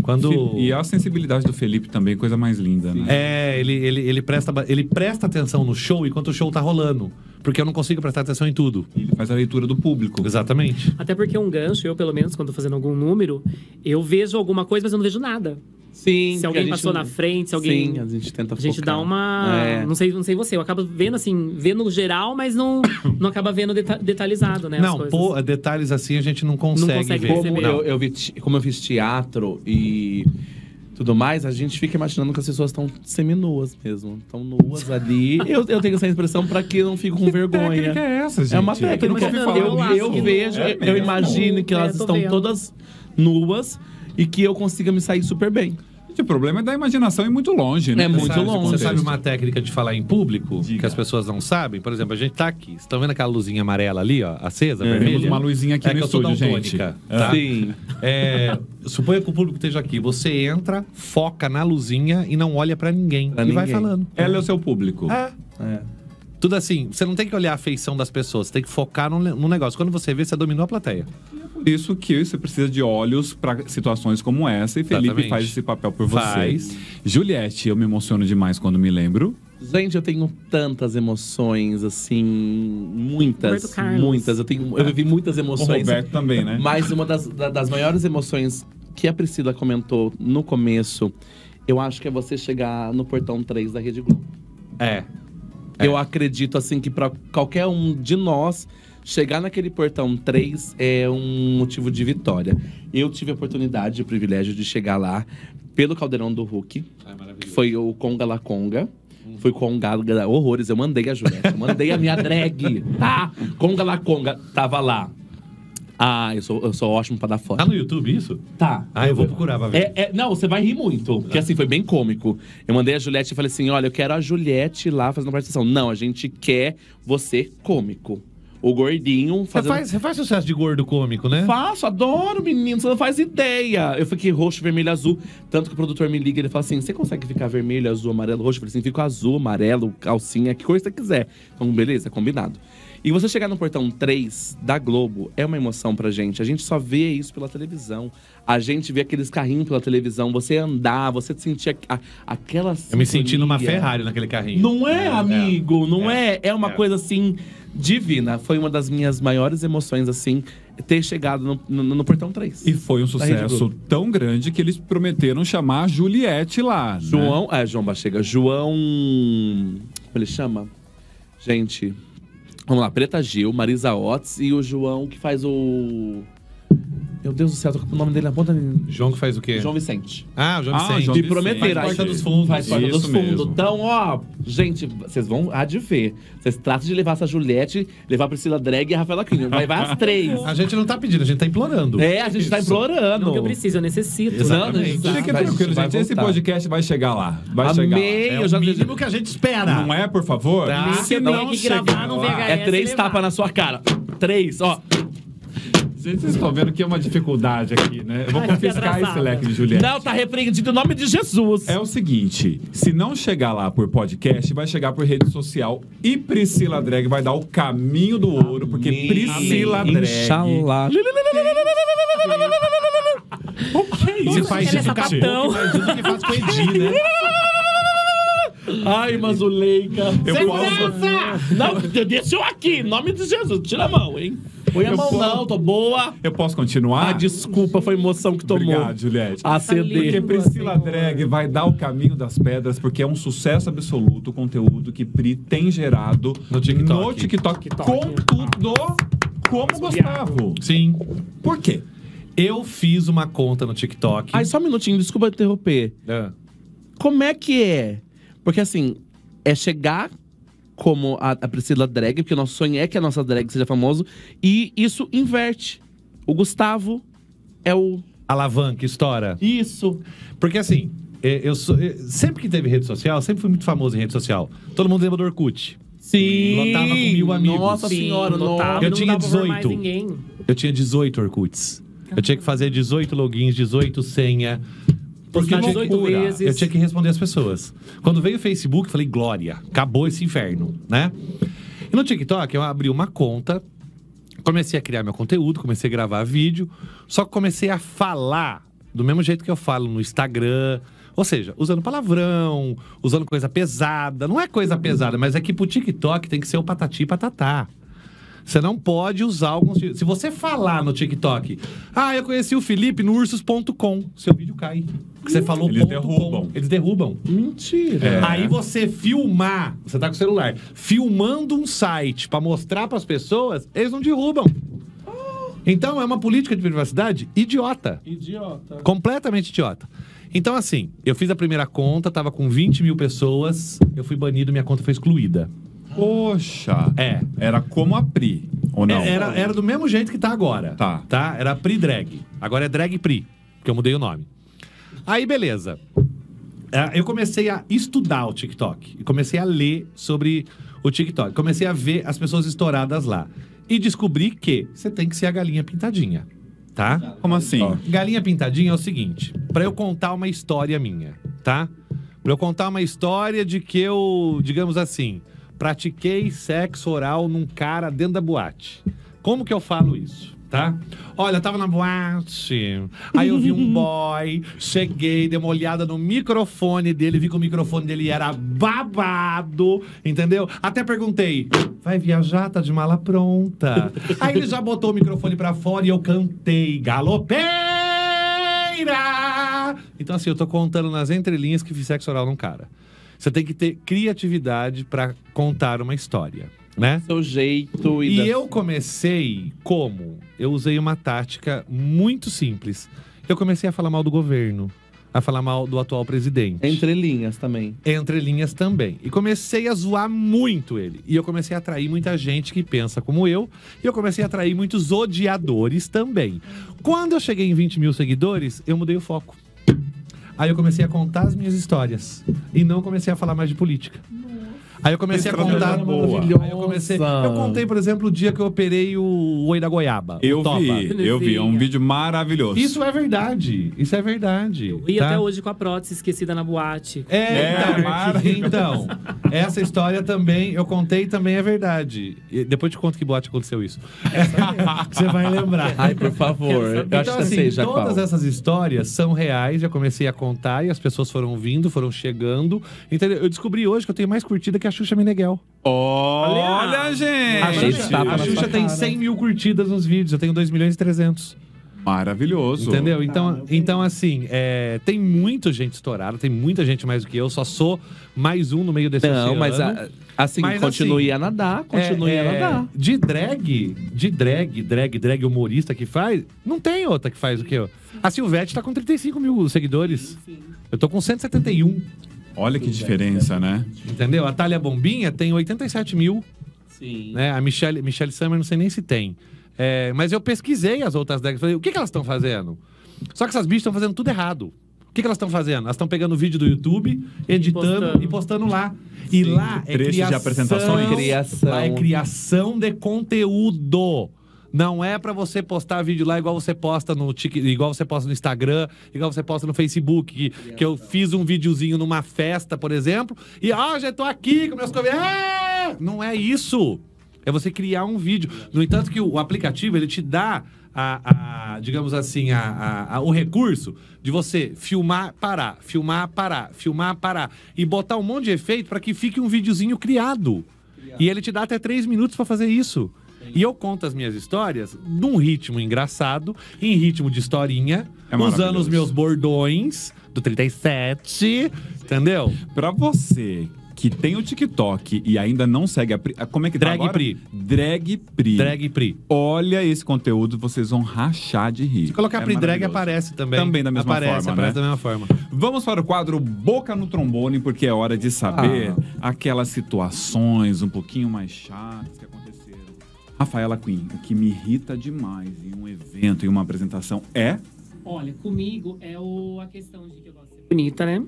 [SPEAKER 3] Quando...
[SPEAKER 1] E a sensibilidade do Felipe também, coisa mais linda, né?
[SPEAKER 3] É, ele, ele, ele, presta, ba- ele presta atenção no show enquanto o show tá rolando. Porque eu não consigo prestar atenção em tudo.
[SPEAKER 1] Ele faz a leitura do público.
[SPEAKER 3] Exatamente.
[SPEAKER 4] Até porque um gancho, eu pelo menos, quando tô fazendo algum número, eu vejo alguma coisa, mas eu não vejo nada.
[SPEAKER 2] Sim.
[SPEAKER 4] se alguém passou na frente, se alguém.
[SPEAKER 2] Sim, a gente tenta
[SPEAKER 4] A gente
[SPEAKER 2] focar.
[SPEAKER 4] dá uma.
[SPEAKER 2] É.
[SPEAKER 4] Não, sei, não sei você, eu acabo vendo assim, vendo geral, mas não, não acaba vendo deta- detalhizado, né? as
[SPEAKER 3] não,
[SPEAKER 4] coisas.
[SPEAKER 3] pô, detalhes assim a gente não consegue,
[SPEAKER 4] consegue
[SPEAKER 3] ver.
[SPEAKER 2] Como
[SPEAKER 4] perceber.
[SPEAKER 2] eu, eu vi te- como eu fiz teatro e tudo mais, a gente fica imaginando que as pessoas estão seminuas mesmo. Estão nuas ali. eu, eu tenho essa impressão para que não fico com vergonha.
[SPEAKER 1] técnica é essa, gente?
[SPEAKER 2] É uma
[SPEAKER 1] Eu
[SPEAKER 2] técnica.
[SPEAKER 1] nunca ouvi
[SPEAKER 4] imaginando,
[SPEAKER 1] falar
[SPEAKER 2] eu,
[SPEAKER 1] nisso.
[SPEAKER 2] eu vejo,
[SPEAKER 1] É
[SPEAKER 2] eu
[SPEAKER 1] mesmo?
[SPEAKER 2] imagino que
[SPEAKER 4] É,
[SPEAKER 2] elas
[SPEAKER 4] tô
[SPEAKER 2] estão
[SPEAKER 4] vendo.
[SPEAKER 2] todas nuas e que eu consiga me sair super bem.
[SPEAKER 1] Gente, O problema é da imaginação ir muito longe, né?
[SPEAKER 2] É muito
[SPEAKER 1] Sabe de
[SPEAKER 2] longe.
[SPEAKER 1] contexto.
[SPEAKER 3] Você sabe uma técnica de falar em público que
[SPEAKER 1] Diga.
[SPEAKER 3] as pessoas não sabem? Por exemplo, a gente tá aqui. Vocês estão vendo aquela luzinha amarela ali, ó, acesa,
[SPEAKER 1] Temos
[SPEAKER 3] vermelha?
[SPEAKER 1] uma luzinha aqui
[SPEAKER 3] é
[SPEAKER 1] no
[SPEAKER 3] que eu sou
[SPEAKER 1] estúdio, gente.
[SPEAKER 3] daltônica, tá?
[SPEAKER 2] É. Sim.
[SPEAKER 3] É, suponha que o público esteja aqui. Você entra, foca na luzinha e não olha pra ninguém.
[SPEAKER 2] Pra
[SPEAKER 3] e vai
[SPEAKER 2] ninguém.
[SPEAKER 3] falando.
[SPEAKER 1] Ela é o seu público.
[SPEAKER 3] É.
[SPEAKER 2] É.
[SPEAKER 3] Tudo assim, você não tem que olhar a feição das pessoas, você tem que focar no, no negócio. Quando você vê, você dominou a plateia.
[SPEAKER 1] Por isso que você precisa de olhos para situações como essa. E Felipe
[SPEAKER 3] Exatamente.
[SPEAKER 1] faz esse papel por você.
[SPEAKER 3] Faz.
[SPEAKER 1] Juliette, eu me emociono demais quando me lembro.
[SPEAKER 2] Gente, eu tenho tantas emoções, assim, muitas,
[SPEAKER 4] Roberto Carlos.
[SPEAKER 2] muitas. Eu, tenho, eu vivi muitas
[SPEAKER 1] O
[SPEAKER 2] emoções.
[SPEAKER 1] Roberto também, né?
[SPEAKER 2] Mas uma das, da- das maiores emoções que a Priscila comentou no começo, eu acho que é você chegar no portão 3 da Rede Globo.
[SPEAKER 3] É.
[SPEAKER 2] Eu acredito, assim, que pra qualquer um de nós, chegar naquele portão 3 é um motivo de vitória. Eu tive a oportunidade e o privilégio de chegar lá pelo Caldeirão do Hulk. que Foi o Conga La Conga. Fui congada horrores. Eu mandei a Juliette. Eu mandei a minha drag. Tá? Conga La Conga tava lá. Ah, eu sou, eu sou ótimo pra dar foto.
[SPEAKER 3] Tá no YouTube isso?
[SPEAKER 2] Tá.
[SPEAKER 3] Ah, eu vou procurar pra ver.
[SPEAKER 2] É, é- não, você vai rir muito, porque assim, foi bem cômico. Eu mandei a Juliette e falei assim: olha, eu quero a Juliette lá fazendo participação. Não, a gente quer você cômico. O gordinho
[SPEAKER 3] Você,
[SPEAKER 2] fazendo.
[SPEAKER 3] faz, você faz sucesso de gordo cômico, né?
[SPEAKER 2] Faço, adoro, menino, você não faz ideia. Eu fiquei roxo, vermelho, azul. Tanto que o produtor me liga, ele fala assim: você consegue ficar vermelho, azul, amarelo, roxo? Eu falei assim: fico azul, amarelo, calcinha, que cor você quiser. Então, beleza, combinado. E você chegar no portão 3 da Globo é uma emoção pra gente. A gente só vê isso pela televisão. A gente vê aqueles carrinhos pela televisão, você andar, você sentir a, a, aquela.
[SPEAKER 3] Eu me senti numa
[SPEAKER 2] sintonia.
[SPEAKER 3] Ferrari naquele carrinho.
[SPEAKER 2] Não é, amigo, não é. É, uma
[SPEAKER 3] é.
[SPEAKER 2] coisa assim divina. Foi uma das minhas maiores emoções, assim, ter chegado no, no- no portão 3.
[SPEAKER 1] E foi um
[SPEAKER 2] Rede
[SPEAKER 1] sucesso tão grande que eles prometeram chamar a Juliette lá. né?
[SPEAKER 2] João. É, João Bachega. João. Como ele chama? Gente. Vamos lá, Preta Gil, Marisa Otis e o João que faz o. Meu Deus do céu, tô com o nome dele na ponta. da língua.
[SPEAKER 3] João que faz o quê?
[SPEAKER 2] João Vicente.
[SPEAKER 3] Ah, o João
[SPEAKER 1] Ah,
[SPEAKER 3] Vicente.
[SPEAKER 1] João
[SPEAKER 2] Me
[SPEAKER 1] Vicente.
[SPEAKER 2] prometeram.
[SPEAKER 1] Faz
[SPEAKER 2] Aí-
[SPEAKER 1] parte dos
[SPEAKER 3] fundos.
[SPEAKER 2] Faz parte
[SPEAKER 1] Isso
[SPEAKER 2] dos fundos.
[SPEAKER 1] mesmo.
[SPEAKER 2] Então, ó, gente, vocês vão há de ver. Vocês tratam de levar essa Juliette, levar a Priscila Drag e a Rafaela Cunha. Vai, vai as três.
[SPEAKER 3] A gente não tá pedindo, a gente tá implorando.
[SPEAKER 2] É, a gente tá implorando.
[SPEAKER 4] Não que eu preciso, eu necessito. né?
[SPEAKER 2] Exatamente.
[SPEAKER 4] Não,
[SPEAKER 1] Fica
[SPEAKER 2] Vai-
[SPEAKER 1] tranquilo,
[SPEAKER 2] vai
[SPEAKER 1] gente. Esse
[SPEAKER 2] voltar.
[SPEAKER 1] podcast vai chegar lá. Vai chegar
[SPEAKER 2] Amei,
[SPEAKER 3] É
[SPEAKER 2] eu já
[SPEAKER 3] o mínimo que a gente espera.
[SPEAKER 1] lá. Não é, por favor?
[SPEAKER 3] Tá.
[SPEAKER 4] Nem
[SPEAKER 3] Se
[SPEAKER 4] que eu
[SPEAKER 3] não
[SPEAKER 4] tenha que
[SPEAKER 3] chega
[SPEAKER 4] gravar no
[SPEAKER 3] lá.
[SPEAKER 4] VHS.
[SPEAKER 2] É três
[SPEAKER 4] levar.
[SPEAKER 2] tapas na sua cara. Três, ó.
[SPEAKER 1] Gente, vocês estão vendo que é uma dificuldade aqui, né? Eu vou
[SPEAKER 4] Ai, que
[SPEAKER 1] confiscar
[SPEAKER 4] atrasada.
[SPEAKER 1] esse leque de Juliette.
[SPEAKER 2] Não, tá repreendido em nome de Jesus.
[SPEAKER 1] É o seguinte, se não chegar lá por podcast, vai chegar por rede social e Priscila Drag vai dar o caminho do ouro, porque
[SPEAKER 2] Amém.
[SPEAKER 1] Priscila Drag.
[SPEAKER 2] Inxalá.
[SPEAKER 3] Você faz
[SPEAKER 4] Ele é
[SPEAKER 3] isso com
[SPEAKER 4] sapatão.
[SPEAKER 3] Faz isso que faz com o Edi, né?
[SPEAKER 2] Ai, Mazuleika.
[SPEAKER 1] Eu posso-
[SPEAKER 2] Não, de- deixa eu aqui, em nome de Jesus. Tira a mão, hein? Põe a
[SPEAKER 1] Eu
[SPEAKER 2] mão,
[SPEAKER 1] posso-
[SPEAKER 2] não, tô boa.
[SPEAKER 1] Eu posso
[SPEAKER 2] Ah,
[SPEAKER 1] continuar?
[SPEAKER 2] desculpa, foi emoção que tomou.
[SPEAKER 1] Obrigado, Juliette. Porque
[SPEAKER 2] ACD.
[SPEAKER 4] Tá
[SPEAKER 3] assim,
[SPEAKER 4] lindo.
[SPEAKER 1] Priscila
[SPEAKER 3] é.
[SPEAKER 4] Senhor.
[SPEAKER 1] Drag vai dar o caminho das pedras, porque é um sucesso absoluto o conteúdo que Pri tem gerado
[SPEAKER 3] No TikTok.
[SPEAKER 1] no TikTok
[SPEAKER 4] TikTok.
[SPEAKER 1] contudo como Gustavo.
[SPEAKER 3] Sim.
[SPEAKER 1] Por quê?
[SPEAKER 3] Eu fiz uma conta no TikTok.
[SPEAKER 2] Ai, só um minutinho, desculpa interromper.
[SPEAKER 3] Ah.
[SPEAKER 2] Como é que é? Porque assim, é chegar como a, a Priscila drag, porque o nosso sonho é que a nossa drag seja famoso, e isso inverte. O Gustavo é o.
[SPEAKER 3] Alavanca, estoura.
[SPEAKER 2] Isso.
[SPEAKER 3] Porque assim, é, eu sou- é, sempre que teve rede social, sempre fui muito famoso em rede social. Todo mundo lembra do Orkut.
[SPEAKER 2] Sim.
[SPEAKER 3] Lotava com mil amigos.
[SPEAKER 2] Nossa
[SPEAKER 4] Sim,
[SPEAKER 2] senhora,
[SPEAKER 4] lotava,
[SPEAKER 2] nossa.
[SPEAKER 3] Eu
[SPEAKER 4] não
[SPEAKER 3] tinha
[SPEAKER 4] dava pra ver mais
[SPEAKER 3] 18.
[SPEAKER 4] ninguém.
[SPEAKER 3] Eu tinha 18 Orkuts. Eu tinha que fazer 18 logins, 18 senha. Porque eu
[SPEAKER 4] Postar
[SPEAKER 3] tinha,
[SPEAKER 4] 18
[SPEAKER 3] que,
[SPEAKER 4] vezes.
[SPEAKER 3] eu tinha que responder as pessoas. Quando veio o Facebook, eu falei, glória, acabou esse inferno, né? E no TikTok, eu abri uma conta, comecei a criar meu conteúdo, comecei a gravar vídeo, só que comecei a falar Do mesmo jeito que eu falo no Instagram. Ou seja, usando palavrão, usando coisa pesada. Não é coisa pesada, mas é que pro TikTok tem que ser o patati e patatá. Você não pode usar alguns. Se você falar no TikTok, ah, eu conheci o Felipe no ursos.com, seu vídeo cai. Porque Você falou
[SPEAKER 1] Eles
[SPEAKER 3] ponto
[SPEAKER 1] derrubam.
[SPEAKER 3] com. Eles derrubam.
[SPEAKER 2] Mentira.
[SPEAKER 1] É.
[SPEAKER 3] Aí você filmar, você tá com o celular, filmando um site pra mostrar pras pessoas, eles não derrubam. Então é uma política de privacidade idiota.
[SPEAKER 5] Idiota.
[SPEAKER 3] Completamente idiota. Então, assim, eu fiz a primeira conta, tava com 20 mil pessoas, eu fui banido, minha conta foi excluída.
[SPEAKER 1] Poxa.
[SPEAKER 3] É.
[SPEAKER 1] Era como a Pri, ou não?
[SPEAKER 3] Era, era do mesmo jeito que tá agora.
[SPEAKER 1] Tá.
[SPEAKER 3] tá? Era Pri Drag. Agora é Drag Pri, que eu mudei o nome. Aí, beleza. É, Eu comecei a estudar o TikTok. E comecei a ler sobre o TikTok. Comecei a ver as pessoas estouradas lá. E descobri que você tem que ser a galinha pintadinha. Tá?
[SPEAKER 1] Como assim?
[SPEAKER 3] Ó, Galinha Pintadinha é o seguinte, pra eu contar uma história minha, tá? Pra eu contar uma história de que eu, digamos assim, pratiquei sexo oral num cara dentro da boate. Como que eu falo isso? Tá? Olha, eu tava na boate, aí eu vi um boy, cheguei, dei uma olhada no microfone dele, vi que o microfone dele era babado, entendeu? Até perguntei, vai viajar, tá de mala pronta. aí ele já botou o microfone pra fora e eu cantei, galopeira! Então assim, eu tô contando nas entrelinhas que fiz sexo oral num cara. Você tem que ter criatividade pra contar uma história, né?
[SPEAKER 2] Seu jeito e,
[SPEAKER 3] E
[SPEAKER 2] da-
[SPEAKER 3] eu comecei como? Eu usei uma tática muito simples. Eu comecei a falar mal do governo, a falar mal do atual presidente.
[SPEAKER 2] Entre linhas também.
[SPEAKER 3] Entre linhas também. E comecei a zoar muito ele. E eu comecei a atrair muita gente que pensa como eu. E eu comecei a atrair muitos odiadores também. Quando eu cheguei em 20 mil seguidores, eu mudei o foco. Aí eu comecei a contar as minhas histórias. E não comecei a falar mais de política. Aí eu comecei a
[SPEAKER 1] Estratégia
[SPEAKER 3] contar.
[SPEAKER 1] é boa.
[SPEAKER 3] Aí eu comecei.
[SPEAKER 2] Nossa.
[SPEAKER 3] Eu contei, por exemplo, o dia que eu operei o oi da goiaba. o
[SPEAKER 1] Eu
[SPEAKER 3] toba.
[SPEAKER 1] vi, eu vi. É um vídeo maravilhoso.
[SPEAKER 3] Isso é verdade. Isso é verdade.
[SPEAKER 4] E
[SPEAKER 3] tá?
[SPEAKER 4] até hoje com a prótese esquecida na boate.
[SPEAKER 3] É,
[SPEAKER 1] É,
[SPEAKER 2] Né?
[SPEAKER 3] então,
[SPEAKER 1] maravilhoso.
[SPEAKER 3] então, essa história também, eu contei também é verdade. E depois te conto que boate aconteceu isso. Você vai lembrar.
[SPEAKER 2] Ai, por favor. Eu acho
[SPEAKER 3] então,
[SPEAKER 2] que eu sei
[SPEAKER 3] assim,
[SPEAKER 2] já
[SPEAKER 3] todas
[SPEAKER 2] qual.
[SPEAKER 3] essas histórias são reais, já comecei a contar e as pessoas foram vindo, foram chegando. Entendeu? Eu descobri hoje que eu tenho mais curtida que a Xuxa Meneghel.
[SPEAKER 1] Olha,
[SPEAKER 3] é- A
[SPEAKER 1] gente.
[SPEAKER 2] gente
[SPEAKER 3] Xuxa,
[SPEAKER 2] É,
[SPEAKER 3] tá
[SPEAKER 2] tava
[SPEAKER 3] a
[SPEAKER 2] na sua
[SPEAKER 3] Xuxa tem
[SPEAKER 2] cara.
[SPEAKER 3] 100 mil curtidas nos vídeos, eu tenho 2 milhões e 300.
[SPEAKER 1] Maravilhoso.
[SPEAKER 3] Entendeu? Então, então assim, é, tem muita gente estourada, tem muita gente mais do que eu, só sou mais um no meio desse
[SPEAKER 2] Não,
[SPEAKER 3] oceano.
[SPEAKER 2] mas a- assim,
[SPEAKER 3] né? Mas,
[SPEAKER 2] continue
[SPEAKER 3] assim,
[SPEAKER 2] a nadar, continue
[SPEAKER 3] É,
[SPEAKER 2] a
[SPEAKER 3] é,
[SPEAKER 2] nadar.
[SPEAKER 3] De drag, de drag, drag, drag humorista que faz, não tem outra que faz o que eu. A Silvete tá com 35 mil seguidores. Eu tô com 171,
[SPEAKER 1] Olha que diferença, né?
[SPEAKER 3] entendeu? A Thalia Bombinha tem 87 mil,
[SPEAKER 2] Sim.
[SPEAKER 3] né? A Michelle, Michelle Summer, não sei nem se tem. É, mas eu pesquisei as outras drags, falei, o que, que elas estão fazendo? Só que essas bichas estão fazendo tudo errado. O que, que elas estão fazendo? Elas estão pegando o vídeo do YouTube, editando
[SPEAKER 4] postando.
[SPEAKER 3] e postando, lá. E lá é
[SPEAKER 1] trechos de
[SPEAKER 3] criação,
[SPEAKER 1] apresentações.
[SPEAKER 2] Criação.
[SPEAKER 3] Lá é criação de conteúdo. Não é pra você postar vídeo lá igual você posta no Tik- igual você posta no Instagram, igual você posta no Facebook, que, que eu fiz um videozinho numa festa, por exemplo, e ah, já tô aqui com meus convidados. É! Não é isso. É você criar um vídeo. No entanto que o aplicativo, ele te dá a, a, digamos assim, a, a- a- o recurso de você filmar, parar, filmar, parar, filmar, parar e botar um monte de efeito pra que fique um videozinho criado. E ele te dá até três minutos pra fazer isso. E eu conto as minhas histórias num ritmo engraçado, em ritmo de historinha,
[SPEAKER 1] É
[SPEAKER 3] usando
[SPEAKER 1] maravilhoso.
[SPEAKER 3] os meus bordões do 37, entendeu?
[SPEAKER 1] Pra você que tem o TikTok e ainda não segue a Pri. ah, Como é que
[SPEAKER 3] Drag
[SPEAKER 1] tá agora?
[SPEAKER 3] Pri.
[SPEAKER 1] Drag Pri.
[SPEAKER 3] Drag Pri.
[SPEAKER 1] Olha esse conteúdo, vocês vão rachar de rir. É
[SPEAKER 3] Se colocar Pri Drag,
[SPEAKER 1] maravilhoso.
[SPEAKER 3] aparece É também.
[SPEAKER 1] Também da mesma
[SPEAKER 3] aparece,
[SPEAKER 1] forma,
[SPEAKER 3] Aparece
[SPEAKER 1] né?
[SPEAKER 3] da mesma forma.
[SPEAKER 1] Vamos para o quadro Boca no Trombone, porque é hora de saber
[SPEAKER 3] Ah.
[SPEAKER 1] aquelas situações um pouquinho mais chatas que aconteceram. Rafaela Queen, o que me irrita demais em um evento, em uma apresentação, é.
[SPEAKER 4] Olha, comigo é o, a questão de que eu gosto de ser bonita, né?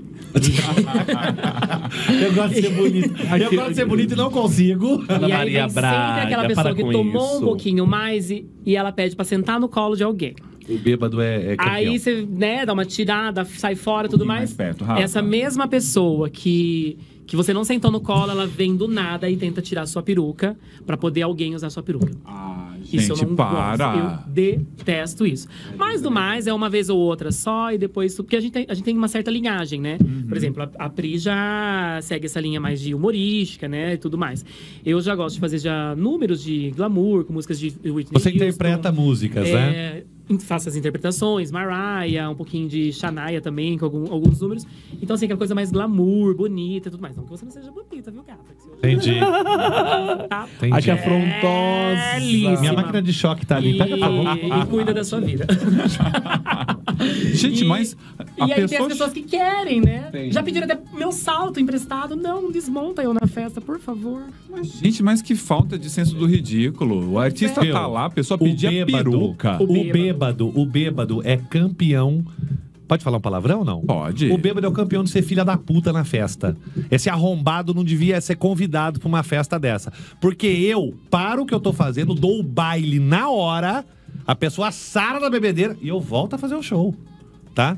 [SPEAKER 3] Eu gosto de ser bonito. Eu gosto de ser bonito e não consigo.
[SPEAKER 2] Ana
[SPEAKER 4] e
[SPEAKER 2] Maria
[SPEAKER 4] aí vem
[SPEAKER 2] Braga,
[SPEAKER 4] sempre aquela
[SPEAKER 2] para
[SPEAKER 4] pessoa que
[SPEAKER 2] com
[SPEAKER 4] tomou
[SPEAKER 2] isso.
[SPEAKER 4] um pouquinho mais e, e ela pede pra sentar no colo de alguém.
[SPEAKER 3] O bêbado é, é campeão.
[SPEAKER 4] Aí você, né, dá uma tirada, sai fora e tudo
[SPEAKER 1] pouquinho
[SPEAKER 4] mais.
[SPEAKER 1] mais perto, Rafa.
[SPEAKER 4] Essa mesma pessoa que, que você não sentou no colo, ela vem do nada e tenta tirar sua peruca pra poder alguém usar sua peruca.
[SPEAKER 1] Ah,
[SPEAKER 4] Isso
[SPEAKER 1] Gente,
[SPEAKER 4] eu não
[SPEAKER 1] para.
[SPEAKER 4] gosto. Eu detesto isso. Mas do mais, é uma vez ou outra só, e depois. tu- Porque a gente tem, a gente tem uma certa linhagem, né?
[SPEAKER 1] Uhum.
[SPEAKER 4] Por exemplo, a, a Pri já segue essa linha mais de humorística, né? E tudo mais. Eu já gosto de fazer já números de glamour, com músicas de Whitney
[SPEAKER 3] Você
[SPEAKER 4] Houston.
[SPEAKER 3] interpreta músicas, né?
[SPEAKER 4] É, in- faço as interpretações, Mariah, um pouquinho de Shania também, com algum- alguns números. Então, assim, aquela coisa mais glamour, bonita e tudo mais. Não que você não seja bonita, viu, gata? Que você
[SPEAKER 3] Entendi.
[SPEAKER 4] tá
[SPEAKER 2] A que
[SPEAKER 3] Entendi.
[SPEAKER 4] belíssima.
[SPEAKER 2] afrontosa.
[SPEAKER 3] Minha máquina de choque tá ali.
[SPEAKER 4] E,
[SPEAKER 3] Pega, por favor.
[SPEAKER 4] e cuida da sua vida.
[SPEAKER 1] Gente,
[SPEAKER 4] E-
[SPEAKER 1] mas a
[SPEAKER 4] e aí tem
[SPEAKER 1] pessoa.
[SPEAKER 4] as pessoas que querem, né? Já pediram até meu salto emprestado. Não, desmonta eu na festa, por favor.
[SPEAKER 1] Gente, mas que falta de senso do ridículo. O artista
[SPEAKER 3] Meu,
[SPEAKER 1] tá lá, a pessoa
[SPEAKER 3] o
[SPEAKER 1] pedia
[SPEAKER 3] bêbado.
[SPEAKER 1] peruca.
[SPEAKER 3] O
[SPEAKER 4] O
[SPEAKER 3] bêbado.
[SPEAKER 4] bêbado.
[SPEAKER 3] o bêbado é campeão. Pode falar um palavrão ou não?
[SPEAKER 1] Pode.
[SPEAKER 3] O bêbado é o campeão de ser filha da puta na festa. Esse arrombado não devia ser convidado pra uma festa dessa. Porque eu paro o que eu tô fazendo, dou o baile na hora, a pessoa sara da bebedeira e eu volto a fazer o show. Tá?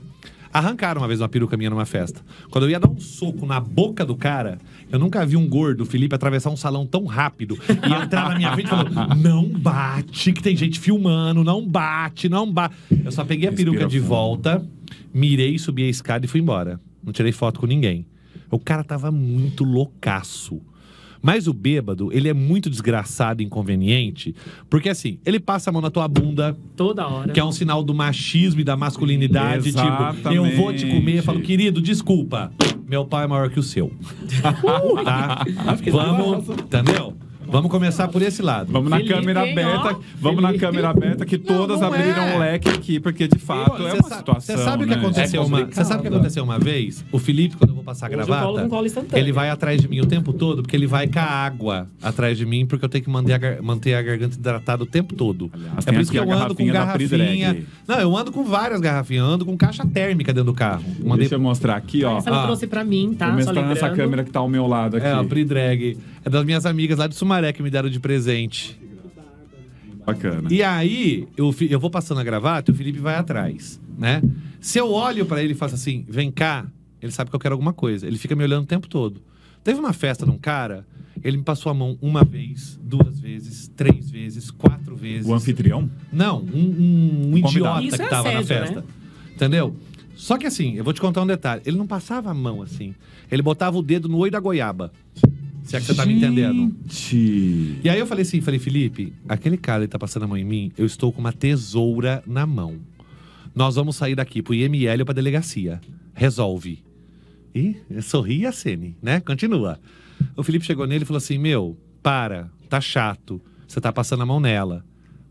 [SPEAKER 3] Arrancaram uma vez uma peruca minha numa festa. Quando eu ia dar um soco na boca do cara, eu nunca vi um gordo, Felipe, atravessar um salão tão rápido e entrar na minha frente falando: não bate, que tem gente filmando, não bate, não bate. Eu só peguei a
[SPEAKER 1] Respira
[SPEAKER 3] peruca de
[SPEAKER 1] fundo.
[SPEAKER 3] volta volta, mirei, subi a escada e fui embora. Não tirei foto com ninguém. O cara tava muito loucaço. Mas o bêbado, ele é muito desgraçado e inconveniente, porque assim, ele passa a mão na tua bunda,
[SPEAKER 4] Toda hora.
[SPEAKER 3] que é um sinal do machismo e da masculinidade, tipo, eu vou te comer, eu falo, querido, desculpa, meu pau é maior que o seu. tá? Vamos, entendeu? Vamos começar por esse lado.
[SPEAKER 1] Vamos na
[SPEAKER 4] Felipe,
[SPEAKER 1] câmera
[SPEAKER 4] hein,
[SPEAKER 1] aberta,
[SPEAKER 4] ó.
[SPEAKER 1] vamos na
[SPEAKER 4] Felipe.
[SPEAKER 1] câmera aberta que todas
[SPEAKER 3] não
[SPEAKER 1] abriram
[SPEAKER 3] é.
[SPEAKER 1] o leque aqui, porque de fato é uma situação.
[SPEAKER 3] Você sabe o que
[SPEAKER 1] né?
[SPEAKER 3] aconteceu?
[SPEAKER 1] É
[SPEAKER 3] uma,
[SPEAKER 1] complicado.
[SPEAKER 3] você sabe o que aconteceu uma vez? O Felipe, quando eu vou passar a
[SPEAKER 4] Hoje eu
[SPEAKER 3] gravata,
[SPEAKER 4] colo com cola instantânea.
[SPEAKER 3] ele vai atrás de mim o tempo todo, porque ele vai com a água atrás de mim, porque eu tenho que manter a, gar- manter a garganta hidratada o tempo todo.
[SPEAKER 1] Aliás,
[SPEAKER 3] é
[SPEAKER 1] tem
[SPEAKER 3] por isso que
[SPEAKER 1] aqui
[SPEAKER 3] eu
[SPEAKER 1] a
[SPEAKER 3] ando com
[SPEAKER 1] garrafinha da Pri
[SPEAKER 3] garrafinha.
[SPEAKER 1] Drag.
[SPEAKER 3] Não, eu ando com várias garrafinhas, eu ando com caixa térmica dentro do carro. Mandei
[SPEAKER 1] Deixa eu mostrar aqui, ó.
[SPEAKER 4] Essa ela
[SPEAKER 3] Ah.
[SPEAKER 4] trouxe pra mim, tá?
[SPEAKER 1] Vou
[SPEAKER 4] Só
[SPEAKER 1] mostrar
[SPEAKER 4] lembrando.
[SPEAKER 1] nessa câmera que tá ao meu lado aqui.
[SPEAKER 3] é, a Pri Drag. É das minhas amigas lá de Sumaré que me deram de presente.
[SPEAKER 1] Bacana.
[SPEAKER 3] E aí, eu, fi- eu vou passando a gravata e o Felipe vai atrás, né? Se eu olho pra ele e faço assim, vem cá, ele sabe que eu quero alguma coisa. Ele fica me olhando o tempo todo. Teve uma festa de um cara, ele me passou a mão uma vez, duas vezes, três vezes, quatro vezes.
[SPEAKER 1] O anfitrião?
[SPEAKER 3] Não, um, um idiota
[SPEAKER 4] Isso é
[SPEAKER 3] que tava na
[SPEAKER 4] assédio,
[SPEAKER 3] festa.
[SPEAKER 4] né?
[SPEAKER 3] Entendeu? Só que assim, eu vou te contar um detalhe. Ele não passava a mão assim. Ele botava o dedo no olho da goiaba. Se é que você tá me entendendo.
[SPEAKER 1] Gente.
[SPEAKER 3] E aí eu falei assim, falei, Felipe, aquele cara ele tá passando a mão em mim, eu estou com uma tesoura na mão. Nós vamos sair daqui pro IML ou pra delegacia. Resolve. E sorri e acene, né? Continua. O Felipe chegou nele e falou assim: Meu, para, tá chato. Você tá passando a mão nela.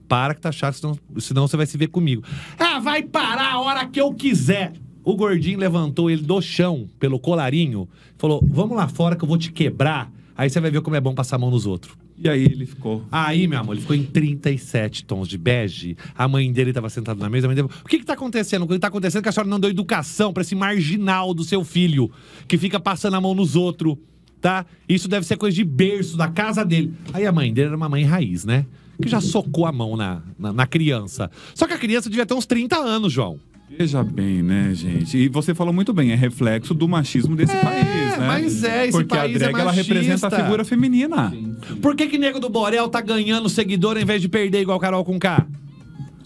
[SPEAKER 3] Para que tá chato, senão, senão você vai se ver comigo. Ah, vai parar a hora que eu quiser. O gordinho levantou ele do chão, pelo colarinho, falou: Vamos lá fora que eu vou te quebrar. Aí você vai ver como é bom passar a mão nos outros.
[SPEAKER 1] E aí ele ficou.
[SPEAKER 3] Aí, meu amor, ele ficou em 37 tons de bege. A mãe dele estava sentada na mesa. A mãe dele falou, o que que tá acontecendo? O que tá acontecendo é que a senhora não deu educação para esse marginal do seu filho, que fica passando a mão nos outros, tá? Isso deve ser coisa de berço da casa dele. Aí a mãe dele era uma mãe raiz, né? Que já socou a mão na, na, na criança. Só que a criança devia ter uns 30 anos, João.
[SPEAKER 1] Veja bem, né, gente? E você falou muito bem, é reflexo do machismo desse país, né?
[SPEAKER 3] É, mas é, esse
[SPEAKER 1] Porque
[SPEAKER 3] país
[SPEAKER 1] a drag
[SPEAKER 3] é
[SPEAKER 1] ela
[SPEAKER 3] machista.
[SPEAKER 1] representa a figura feminina.
[SPEAKER 3] Hum. Por que que Nego do Borel tá ganhando seguidor em vez de perder igual Carol com K?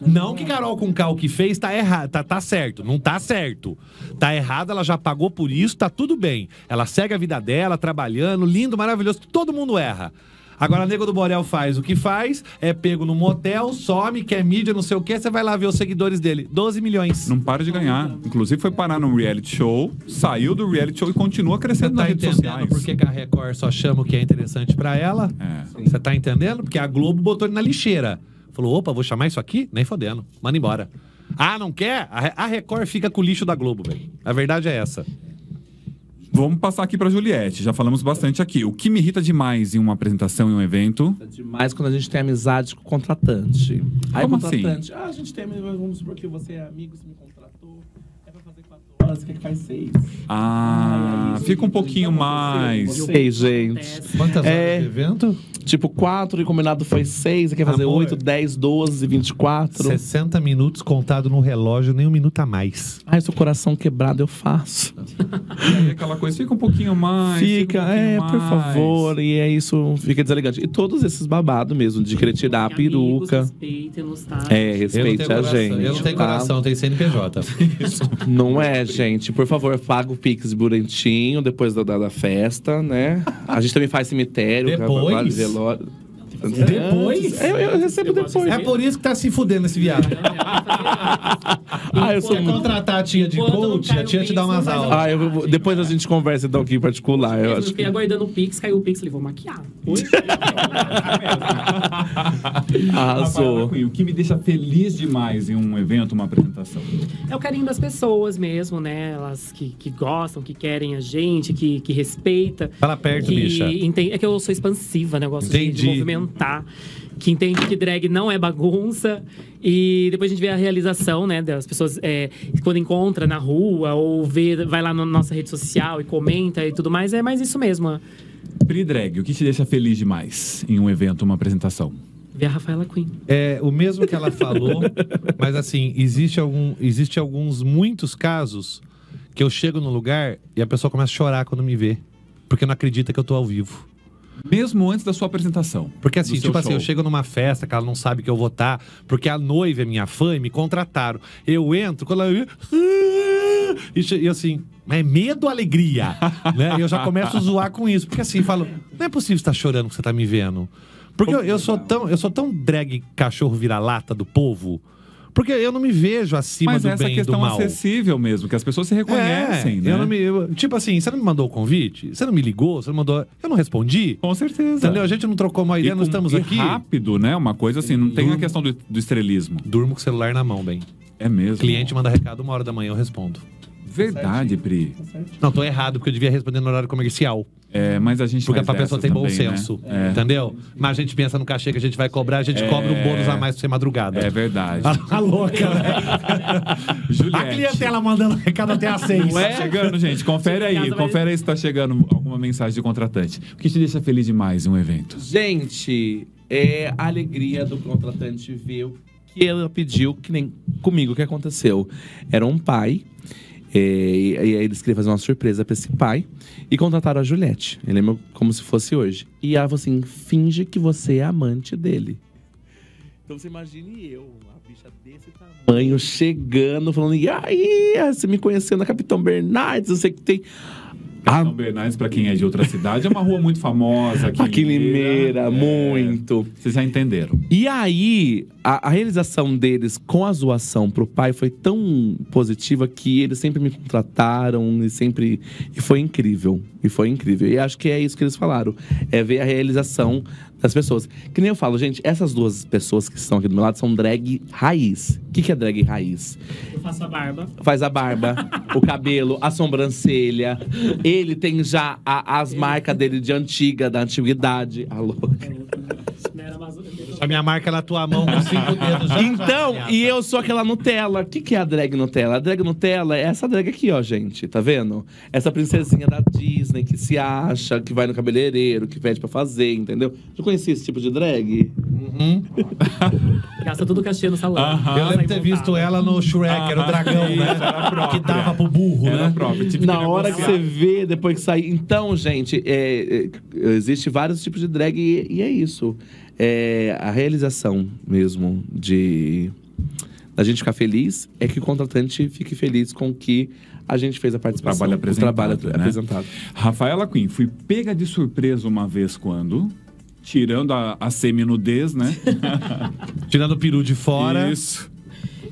[SPEAKER 3] Não que Carol com K o que fez tá errado, tá, tá certo, não tá certo. Tá errado, ela já pagou por isso, tá tudo bem. Ela segue a vida dela, trabalhando, lindo, maravilhoso, todo mundo erra. Agora, Nego do Borel faz o que faz, é pego no motel, some, quer mídia, não sei o quê, você vai lá ver os seguidores dele. 12 milhões.
[SPEAKER 1] Não para de ganhar. Inclusive foi parar num reality show, saiu do reality show e continua crescendo nas
[SPEAKER 3] tá
[SPEAKER 1] redes
[SPEAKER 3] entendendo
[SPEAKER 1] sociais.
[SPEAKER 3] por que que a Record só chama o que é interessante pra ela?
[SPEAKER 1] É.
[SPEAKER 3] Você tá entendendo? Porque a Globo botou ele na lixeira. Falou, opa, vou chamar isso aqui? Nem fodendo. Manda embora. Ah, não quer? A Re- A Record fica com o lixo da Globo, velho. A verdade é essa.
[SPEAKER 1] Vamos passar aqui pra Juliette. Já falamos bastante aqui. O que me irrita demais em uma apresentação, em um evento,
[SPEAKER 2] É demais quando a gente tem amizade com o contratante. Aí o
[SPEAKER 1] Como
[SPEAKER 2] contratante, ah, a gente tem amizade, vamos supor que você é amigo, você me contratou, é pra fazer quatro música que faz seis.
[SPEAKER 1] Ah, fica um pouquinho mais.
[SPEAKER 2] Sei, gente.
[SPEAKER 3] Quantas
[SPEAKER 2] É.
[SPEAKER 3] horas de evento?
[SPEAKER 2] Tipo, quatro e combinado foi seis. Aí quer fazer
[SPEAKER 3] Amor.
[SPEAKER 2] oito, dez, doze, vinte e quatro.
[SPEAKER 3] 60 minutos contado no relógio, nem um minuto a mais.
[SPEAKER 2] Ai, seu coração quebrado, eu faço.
[SPEAKER 1] É aquela coisa, fica um pouquinho mais.
[SPEAKER 2] Fica,
[SPEAKER 1] um
[SPEAKER 2] é,
[SPEAKER 1] pouquinho
[SPEAKER 2] por
[SPEAKER 1] mais.
[SPEAKER 2] favor. E é isso, fica deselegante. E todos esses babados mesmo, de querer tirar a peruca.
[SPEAKER 4] Respeitem-nos, tá?
[SPEAKER 2] É,
[SPEAKER 3] Eu não
[SPEAKER 2] respeite
[SPEAKER 3] tenho
[SPEAKER 2] a
[SPEAKER 3] coração,
[SPEAKER 2] gente.
[SPEAKER 3] eu não tenho
[SPEAKER 2] tá?
[SPEAKER 3] coração, eu tenho CNPJ.
[SPEAKER 2] Não é, gente. Por favor, paga o Pix bonitinho depois da, da, da festa, né? A gente também faz cemitério,
[SPEAKER 3] Depois?
[SPEAKER 2] cavalo de velório. É,
[SPEAKER 3] Depois?
[SPEAKER 2] Eu, eu recebo
[SPEAKER 4] Você
[SPEAKER 2] depois.
[SPEAKER 4] pode
[SPEAKER 3] É por isso que tá se fudendo esse viado.
[SPEAKER 2] Ah, eu sou
[SPEAKER 3] Quer
[SPEAKER 4] Quando-
[SPEAKER 2] muito.
[SPEAKER 3] contratar a tia de
[SPEAKER 4] quando
[SPEAKER 3] coach,
[SPEAKER 4] cai
[SPEAKER 3] a
[SPEAKER 4] no
[SPEAKER 3] tia te dá
[SPEAKER 4] Pix,
[SPEAKER 3] umas
[SPEAKER 4] não faz
[SPEAKER 3] aulas.
[SPEAKER 2] Ah, eu vou- depois a gente conversa então aqui em particular. Eu
[SPEAKER 4] Eu
[SPEAKER 2] acho
[SPEAKER 4] fiquei
[SPEAKER 2] que...
[SPEAKER 4] aguardando o Pix, caiu o Pix, falei, vou maquiar. Hoje?
[SPEAKER 1] Rafael
[SPEAKER 2] Arrasou.
[SPEAKER 1] Cunha, O que me deixa feliz demais em um evento, uma apresentação.
[SPEAKER 4] É o carinho das pessoas mesmo, né? Elas que, que gostam, que querem a gente, que, que respeita.
[SPEAKER 3] Fala perto,
[SPEAKER 4] que
[SPEAKER 3] bicha.
[SPEAKER 4] entende- É que eu sou expansiva, né? Eu gosto de,
[SPEAKER 3] Entendi.
[SPEAKER 4] de movimentar. Que entende que drag não é bagunça. E depois a gente vê a realização, né? Das pessoas é, quando encontra na rua ou vê, vai lá na nossa rede social e comenta e tudo mais. É mais isso mesmo. ó.
[SPEAKER 1] Pri Drag, o que te deixa feliz demais em um evento, uma apresentação?
[SPEAKER 4] Ver a Rafaela Queen.
[SPEAKER 3] É o mesmo que ela falou, mas assim, existe, algum, existe alguns, muitos casos que eu chego num lugar e a pessoa começa a chorar quando me vê. Porque não acredita que eu tô ao vivo.
[SPEAKER 1] Mesmo antes da sua apresentação.
[SPEAKER 3] Porque assim,
[SPEAKER 1] Do seu
[SPEAKER 3] tipo assim,
[SPEAKER 1] show.
[SPEAKER 3] eu chego numa festa que ela não sabe que eu vou estar, porque a noiva é minha fã e me contrataram. Eu entro, quando ela. E, che- e assim, é medo ou alegria? né? E eu já começo a zoar com isso. Porque assim, falo, não é possível estar chorando que você tá me vendo. Porque eu, eu sou tão, eu sou tão drag cachorro vira-lata do povo, porque eu não me vejo acima
[SPEAKER 1] Mas
[SPEAKER 3] do
[SPEAKER 1] essa
[SPEAKER 3] bem e do
[SPEAKER 1] questão
[SPEAKER 3] mal.
[SPEAKER 1] acessível mesmo, que as pessoas se reconhecem,
[SPEAKER 3] É,
[SPEAKER 1] né?
[SPEAKER 3] eu não me- eu- tipo assim, você não me mandou o convite? Você não me ligou? Você não mandou. Eu não respondi?
[SPEAKER 1] Com certeza.
[SPEAKER 3] Entendeu? A gente não trocou uma
[SPEAKER 1] E
[SPEAKER 3] ideia, não
[SPEAKER 1] com-
[SPEAKER 3] estamos
[SPEAKER 1] e
[SPEAKER 3] aqui. Uhum.
[SPEAKER 1] rápido, né? Uma coisa assim, não tem a questão do, do estrelismo.
[SPEAKER 3] Durmo com o celular na mão, bem.
[SPEAKER 1] É mesmo.
[SPEAKER 3] Cliente manda recado uma hora da manhã, eu respondo.
[SPEAKER 1] Verdade, Pri.
[SPEAKER 3] Não, tô errado, porque eu devia responder no horário comercial.
[SPEAKER 1] É, mas a gente
[SPEAKER 3] Porque
[SPEAKER 1] faz
[SPEAKER 3] pra pessoa
[SPEAKER 1] dessas
[SPEAKER 3] tem bom
[SPEAKER 1] também, né?
[SPEAKER 3] senso. Tá-
[SPEAKER 1] É.
[SPEAKER 3] Entendeu? Mas a gente pensa no cachê que a gente vai cobrar, a gente cobra um bônus a mais pra ser madrugada.
[SPEAKER 1] É verdade. É
[SPEAKER 3] A louca, né? A
[SPEAKER 1] Juliette.
[SPEAKER 3] clientela mandando recado até às seis.
[SPEAKER 1] Não é? chegando, gente. Confere aí.
[SPEAKER 4] Obrigada, mas-
[SPEAKER 1] Confere aí se tá chegando alguma mensagem de contratante. O que te deixa feliz demais em um evento?
[SPEAKER 2] Gente, é a alegria do contratante ver o que ela pediu, que nem comigo o que aconteceu. Era um pai. é, e, e aí eles queriam fazer uma surpresa pra esse pai e contrataram a Juliette. Ele é meu, como se fosse hoje. E ela falou assim: finge que você é amante dele. Então você imagine eu, uma bicha desse tamanho, chegando, falando: e aí, você me conheceu na Capitão Bernardes, não sei o que tem. A
[SPEAKER 1] São Bernardes, pra quem é de outra cidade, é uma rua muito famosa aqui,
[SPEAKER 2] Aqui em Limeira,
[SPEAKER 1] É.
[SPEAKER 2] muito.
[SPEAKER 1] Vocês já entenderam.
[SPEAKER 2] E aí, a, a realização deles com a zoação pro pai foi tão positiva que eles sempre me contrataram e sempre. E foi incrível. E foi incrível. E acho que é isso que eles falaram. É ver a realização das pessoas. Que nem eu falo, gente, essas duas pessoas que estão aqui do meu lado são drag raiz. O que, que é drag raiz?
[SPEAKER 4] Eu faço a barba.
[SPEAKER 2] Faz a barba, o cabelo, a sobrancelha. Ele tem já a- as marcas dele de antiga, da antiguidade. A louca.
[SPEAKER 4] É, Né, era Amazo-
[SPEAKER 3] A minha marca na tua mão com cinco
[SPEAKER 1] tá
[SPEAKER 3] dedos já.
[SPEAKER 2] Então,
[SPEAKER 3] já,
[SPEAKER 2] e eu sou aquela Nutella. O que, que é a drag Nutella? A drag Nutella é essa drag aqui, ó, gente. Tá vendo? Essa princesinha da Disney que se acha, que vai no cabeleireiro, que pede pra fazer, entendeu? Já conhecia esse tipo de drag?
[SPEAKER 4] Gasta todo o cachê no salão.
[SPEAKER 1] Aham.
[SPEAKER 3] Uhum. Eu lembro de ter
[SPEAKER 4] Sai
[SPEAKER 3] visto
[SPEAKER 4] montada.
[SPEAKER 3] ela no Shrek, era o dragão,
[SPEAKER 1] Ah, Isso, era a
[SPEAKER 3] né?
[SPEAKER 1] própria.
[SPEAKER 3] Que dava pro burro,
[SPEAKER 1] Era
[SPEAKER 3] né?
[SPEAKER 1] própria. Tive
[SPEAKER 2] Na hora que
[SPEAKER 1] negociar.
[SPEAKER 2] você vê, depois que sair. Então, gente, é, é, existe vários tipos de drag e, e é isso. É a realização mesmo de da gente ficar feliz é que o contratante fique feliz com o que a gente fez a participação.
[SPEAKER 1] trabalho apresentado,
[SPEAKER 2] trabalho
[SPEAKER 1] né?
[SPEAKER 2] apresentado.
[SPEAKER 1] Rafaela Queen, fui pega de surpresa uma vez quando. Tirando a, a semi-nudez, né?
[SPEAKER 3] Tirando o peru de fora.
[SPEAKER 1] Isso.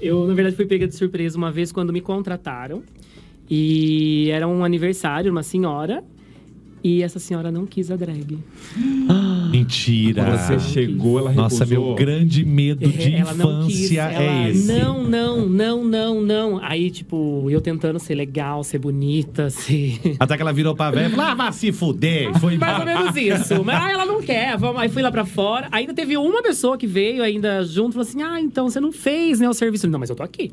[SPEAKER 4] Eu, na verdade, fui pega de surpresa uma vez quando me contrataram. E era um aniversário, uma senhora. E essa senhora não quis a drag.
[SPEAKER 3] Mentira.
[SPEAKER 1] Você chegou, ela
[SPEAKER 3] Nossa, meu
[SPEAKER 1] recusou.
[SPEAKER 3] grande medo de
[SPEAKER 4] ela não quis.
[SPEAKER 3] infância
[SPEAKER 4] Ela,
[SPEAKER 3] é esse.
[SPEAKER 4] Não, não, não, não, não. Aí, tipo, eu tentando ser legal, ser bonita, ser.
[SPEAKER 3] Até que ela virou pra velha e falou: ah, vai se fuder. Foi
[SPEAKER 4] Mais
[SPEAKER 3] embora.
[SPEAKER 4] ou menos isso. Mas ah, ela não quer. Vamos. Aí fui lá pra fora. Ainda teve uma pessoa que veio ainda junto e falou assim: Ah, então você não fez né, o serviço. Eu, Não, mas eu tô aqui.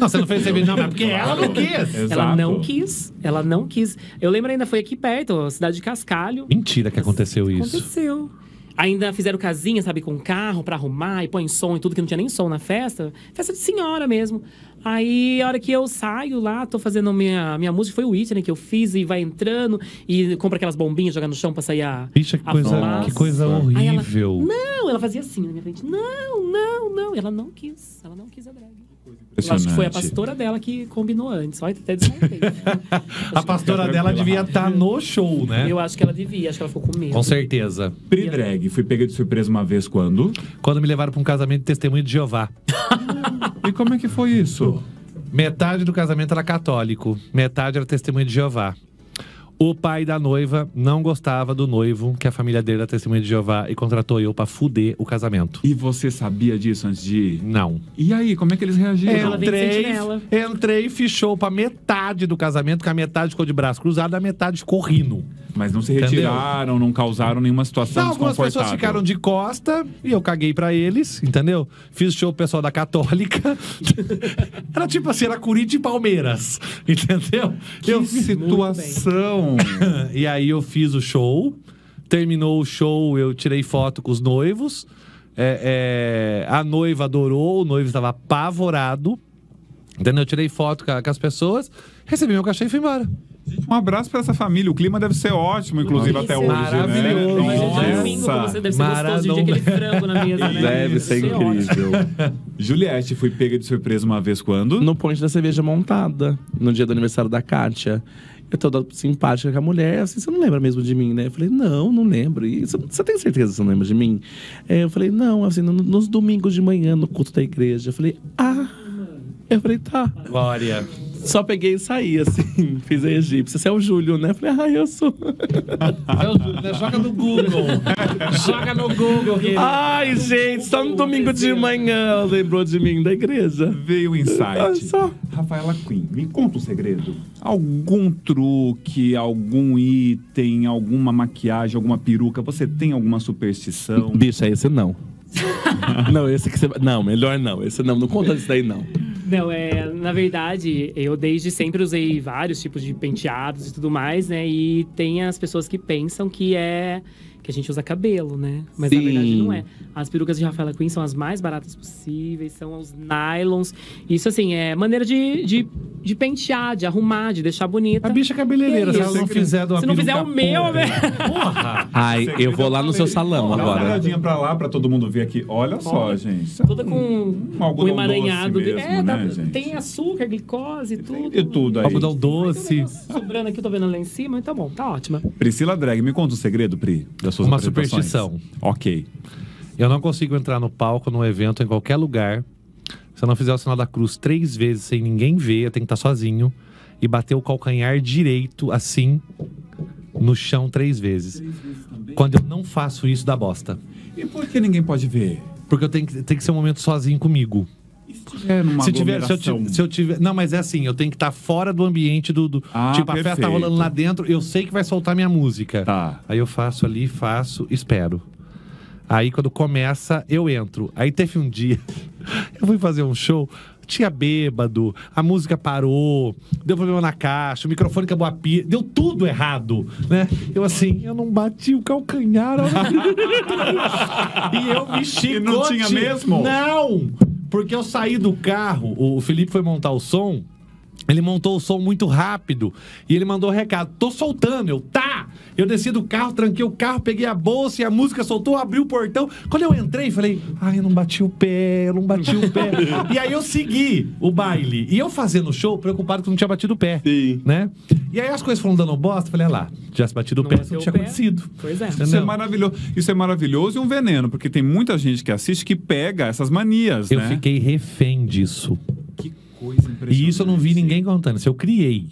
[SPEAKER 3] Não, você não fez cerveja, não, mas é porque
[SPEAKER 4] Ela não quis. Ela
[SPEAKER 1] Exato.
[SPEAKER 4] não quis. Ela não quis. Eu lembro ainda, foi aqui perto, a cidade de Cascalho.
[SPEAKER 3] Mentira que aconteceu isso.
[SPEAKER 4] Aconteceu. Ainda fizeram casinha, sabe, com carro pra arrumar e põe som e tudo, que não tinha nem som na festa. Festa de senhora mesmo. Aí, a hora que eu saio lá, tô fazendo minha, minha música, foi o Whitney que eu fiz, e vai entrando, e compra aquelas bombinhas, joga no chão pra sair a.
[SPEAKER 3] Bicha, que
[SPEAKER 4] a
[SPEAKER 3] coisa,
[SPEAKER 4] fumaça.
[SPEAKER 3] que coisa
[SPEAKER 4] Aí ela-
[SPEAKER 3] horrível.
[SPEAKER 4] Não, ela fazia assim na minha frente. Não, não, não. E ela não quis. Ela não quis a drag. Eu acho que foi a pastora dela que combinou antes. Olha, até desmontei.
[SPEAKER 3] A pastora dela devia estar no show, né?
[SPEAKER 4] Eu acho que ela devia, acho que ela ficou com medo.
[SPEAKER 3] Com certeza.
[SPEAKER 1] Pre-drag, fui pega de surpresa uma vez quando?
[SPEAKER 3] Quando me levaram pra um casamento de testemunho de Jeová.
[SPEAKER 1] E como é que foi isso?
[SPEAKER 3] Metade do casamento era católico, metade era testemunha de Jeová. O pai da noiva não gostava do noivo, que a família dele era testemunha de Jeová, e contratou eu pra fuder o casamento.
[SPEAKER 1] E você sabia disso antes de ir?
[SPEAKER 3] Não.
[SPEAKER 1] E aí, como é que eles reagiram?
[SPEAKER 4] Ela vem de
[SPEAKER 3] Entrei,
[SPEAKER 4] sentinela.
[SPEAKER 3] entrei, fichou pra metade do casamento, que a metade ficou de braço cruzado, a metade ficou rindo.
[SPEAKER 1] Mas não se
[SPEAKER 3] Entendeu?
[SPEAKER 1] retiraram, não causaram nenhuma situação
[SPEAKER 3] Não, Então, algumas
[SPEAKER 1] desconfortável.
[SPEAKER 3] pessoas ficaram de costa e eu caguei pra eles, entendeu? Fiz show pro pessoal da Católica. era tipo assim, era Curitiba e Palmeiras, entendeu?
[SPEAKER 1] Que
[SPEAKER 3] eu
[SPEAKER 1] situação!
[SPEAKER 3] E aí eu fiz o show. Terminou o show, eu tirei foto com os noivos. É, é, a noiva adorou, o noivo estava apavorado. Entendeu? Eu tirei foto com, a- com as pessoas, recebi meu cachê e fui embora.
[SPEAKER 1] um abraço pra essa família. O clima deve ser ótimo, inclusive,
[SPEAKER 4] Delícia.
[SPEAKER 1] até hoje,
[SPEAKER 3] Maravilhoso.
[SPEAKER 1] né?
[SPEAKER 4] Imagina
[SPEAKER 3] Nossa.
[SPEAKER 4] de um é domingo, como você deve ser gostoso de
[SPEAKER 3] Maradona.
[SPEAKER 4] dia aquele frango na mesa, né?
[SPEAKER 6] Deve ser
[SPEAKER 4] Isso é ótimo.
[SPEAKER 6] incrível.
[SPEAKER 1] Juliette, fui pega de surpresa uma vez quando?
[SPEAKER 2] No ponte da cerveja montada, no dia do aniversário da Kátia. Eu toda simpática com a mulher, assim, você não lembra mesmo de mim, né? Eu falei, não, não lembro. E você, você tem certeza que você não lembra de mim? É, eu falei, não, assim, no- nos domingos de manhã, no culto da igreja. Eu falei, ah. Eu falei, tá.
[SPEAKER 3] Glória.
[SPEAKER 2] Só peguei e saí, assim, fiz a egípcia. Você é o Júlio, né? Eu falei, ah, eu sou.
[SPEAKER 3] né, Joga no Google.
[SPEAKER 4] Joga no Google, querido.
[SPEAKER 2] Ai, gente, só no domingo de manhã ela lembrou de mim da igreja.
[SPEAKER 1] Veio o
[SPEAKER 2] Ah,
[SPEAKER 1] insight.
[SPEAKER 2] só.
[SPEAKER 1] Rafaela Queen, me conta um segredo. Algum truque, algum item, alguma maquiagem, alguma peruca, você tem alguma superstição?
[SPEAKER 2] Bicha, esse não. não, esse que você. Não, melhor não. Esse não. Não conta isso daí, não.
[SPEAKER 4] Não, é, na verdade, eu desde sempre usei vários tipos de penteados e tudo mais, né? E tem as pessoas que pensam que é que a gente usa cabelo, né? Mas na
[SPEAKER 2] Sim.
[SPEAKER 4] verdade não é. As perucas de Rafaela Queen são as mais baratas possíveis, são os nylons. Isso assim, é maneira de, de, de pentear, de arrumar, de deixar bonita.
[SPEAKER 3] A bicha é cabeleireira,
[SPEAKER 4] Que
[SPEAKER 3] se
[SPEAKER 4] isso?
[SPEAKER 3] ela não fizer de uma
[SPEAKER 4] Se não fizer o
[SPEAKER 3] peruca
[SPEAKER 4] meu,
[SPEAKER 3] podre.
[SPEAKER 4] né?
[SPEAKER 3] Porra!
[SPEAKER 2] Ai,
[SPEAKER 1] Segredo
[SPEAKER 2] eu vou lá no
[SPEAKER 1] falei.
[SPEAKER 2] seu salão
[SPEAKER 1] Dá uma
[SPEAKER 2] agora.
[SPEAKER 1] olhadinha pra lá, pra todo mundo ver aqui. Olha só,
[SPEAKER 4] Olha.
[SPEAKER 1] gente.
[SPEAKER 4] Toda com um,
[SPEAKER 1] algodão
[SPEAKER 4] emaranhado.
[SPEAKER 1] doce
[SPEAKER 4] de-
[SPEAKER 1] mesmo,
[SPEAKER 4] é, dá-
[SPEAKER 1] né, gente?
[SPEAKER 4] tem açúcar, glicose, tudo.
[SPEAKER 1] E tudo aí.
[SPEAKER 3] Algodão
[SPEAKER 4] Tem um
[SPEAKER 3] doce.
[SPEAKER 4] negócio Sobrando aqui, eu tô vendo lá em cima, então bom, tá ótima.
[SPEAKER 1] Priscila Drag, me conta um segredo, Pri, das suas
[SPEAKER 3] Uma
[SPEAKER 1] apresentações.
[SPEAKER 3] superstição.
[SPEAKER 1] Ok.
[SPEAKER 3] Eu não consigo entrar no palco, num evento, em qualquer lugar. Se eu não fizer o sinal da cruz três vezes sem ninguém ver, eu tenho que estar sozinho. E bater o calcanhar direito, assim, no chão três vezes. Quando eu não faço isso, dá bosta.
[SPEAKER 1] E por que ninguém pode ver?
[SPEAKER 3] Porque eu tenho que, tem que ser um momento sozinho comigo.
[SPEAKER 1] E se tiver numa
[SPEAKER 3] se, tiver, se, eu,
[SPEAKER 1] aglomeração?
[SPEAKER 3] ti- se eu tiver. Não, mas é assim, eu tenho que estar fora do ambiente do. do-
[SPEAKER 1] Ah,
[SPEAKER 3] tipo, a festa tá
[SPEAKER 1] perfeito.
[SPEAKER 3] rolando lá dentro, eu sei que vai soltar minha música.
[SPEAKER 1] Tá.
[SPEAKER 3] Aí eu faço ali, faço, espero. Aí quando começa, eu entro. Aí teve um dia, eu fui fazer um show, tinha bêbado, a música parou, deu problema na caixa, o microfone acabou a pia, deu tudo errado, né? Eu assim, eu não bati o calcanhar. ao e eu me chicote.
[SPEAKER 1] E não tinha mesmo?
[SPEAKER 3] Não! Porque eu saí do carro, o o Felipe foi montar o som, ele montou o som muito rápido e ele mandou o recado: tô soltando, eu tá! Eu desci do carro, tranquei o carro, peguei a bolsa e a música soltou, abri o portão. Quando eu entrei, falei: ai, eu não bati o pé, eu não bati o pé. e aí eu segui o baile. E eu fazendo o show, preocupado que eu não tinha batido o pé.
[SPEAKER 6] Sim.
[SPEAKER 3] Né? E aí as coisas foram dando bosta, falei: olha lá, já se batido o pé, isso
[SPEAKER 4] bateu
[SPEAKER 3] não
[SPEAKER 4] o
[SPEAKER 3] tinha
[SPEAKER 4] pé.
[SPEAKER 3] acontecido.
[SPEAKER 4] Pois é.
[SPEAKER 1] Isso é,
[SPEAKER 3] Entendeu?
[SPEAKER 1] maravilhoso. Isso é maravilhoso e um veneno, porque tem muita gente que assiste que pega essas manias,
[SPEAKER 3] Eu
[SPEAKER 1] né?
[SPEAKER 3] fiquei refém disso.
[SPEAKER 1] Que coisa impressionante.
[SPEAKER 3] E isso eu não vi ninguém contando. Isso eu criei.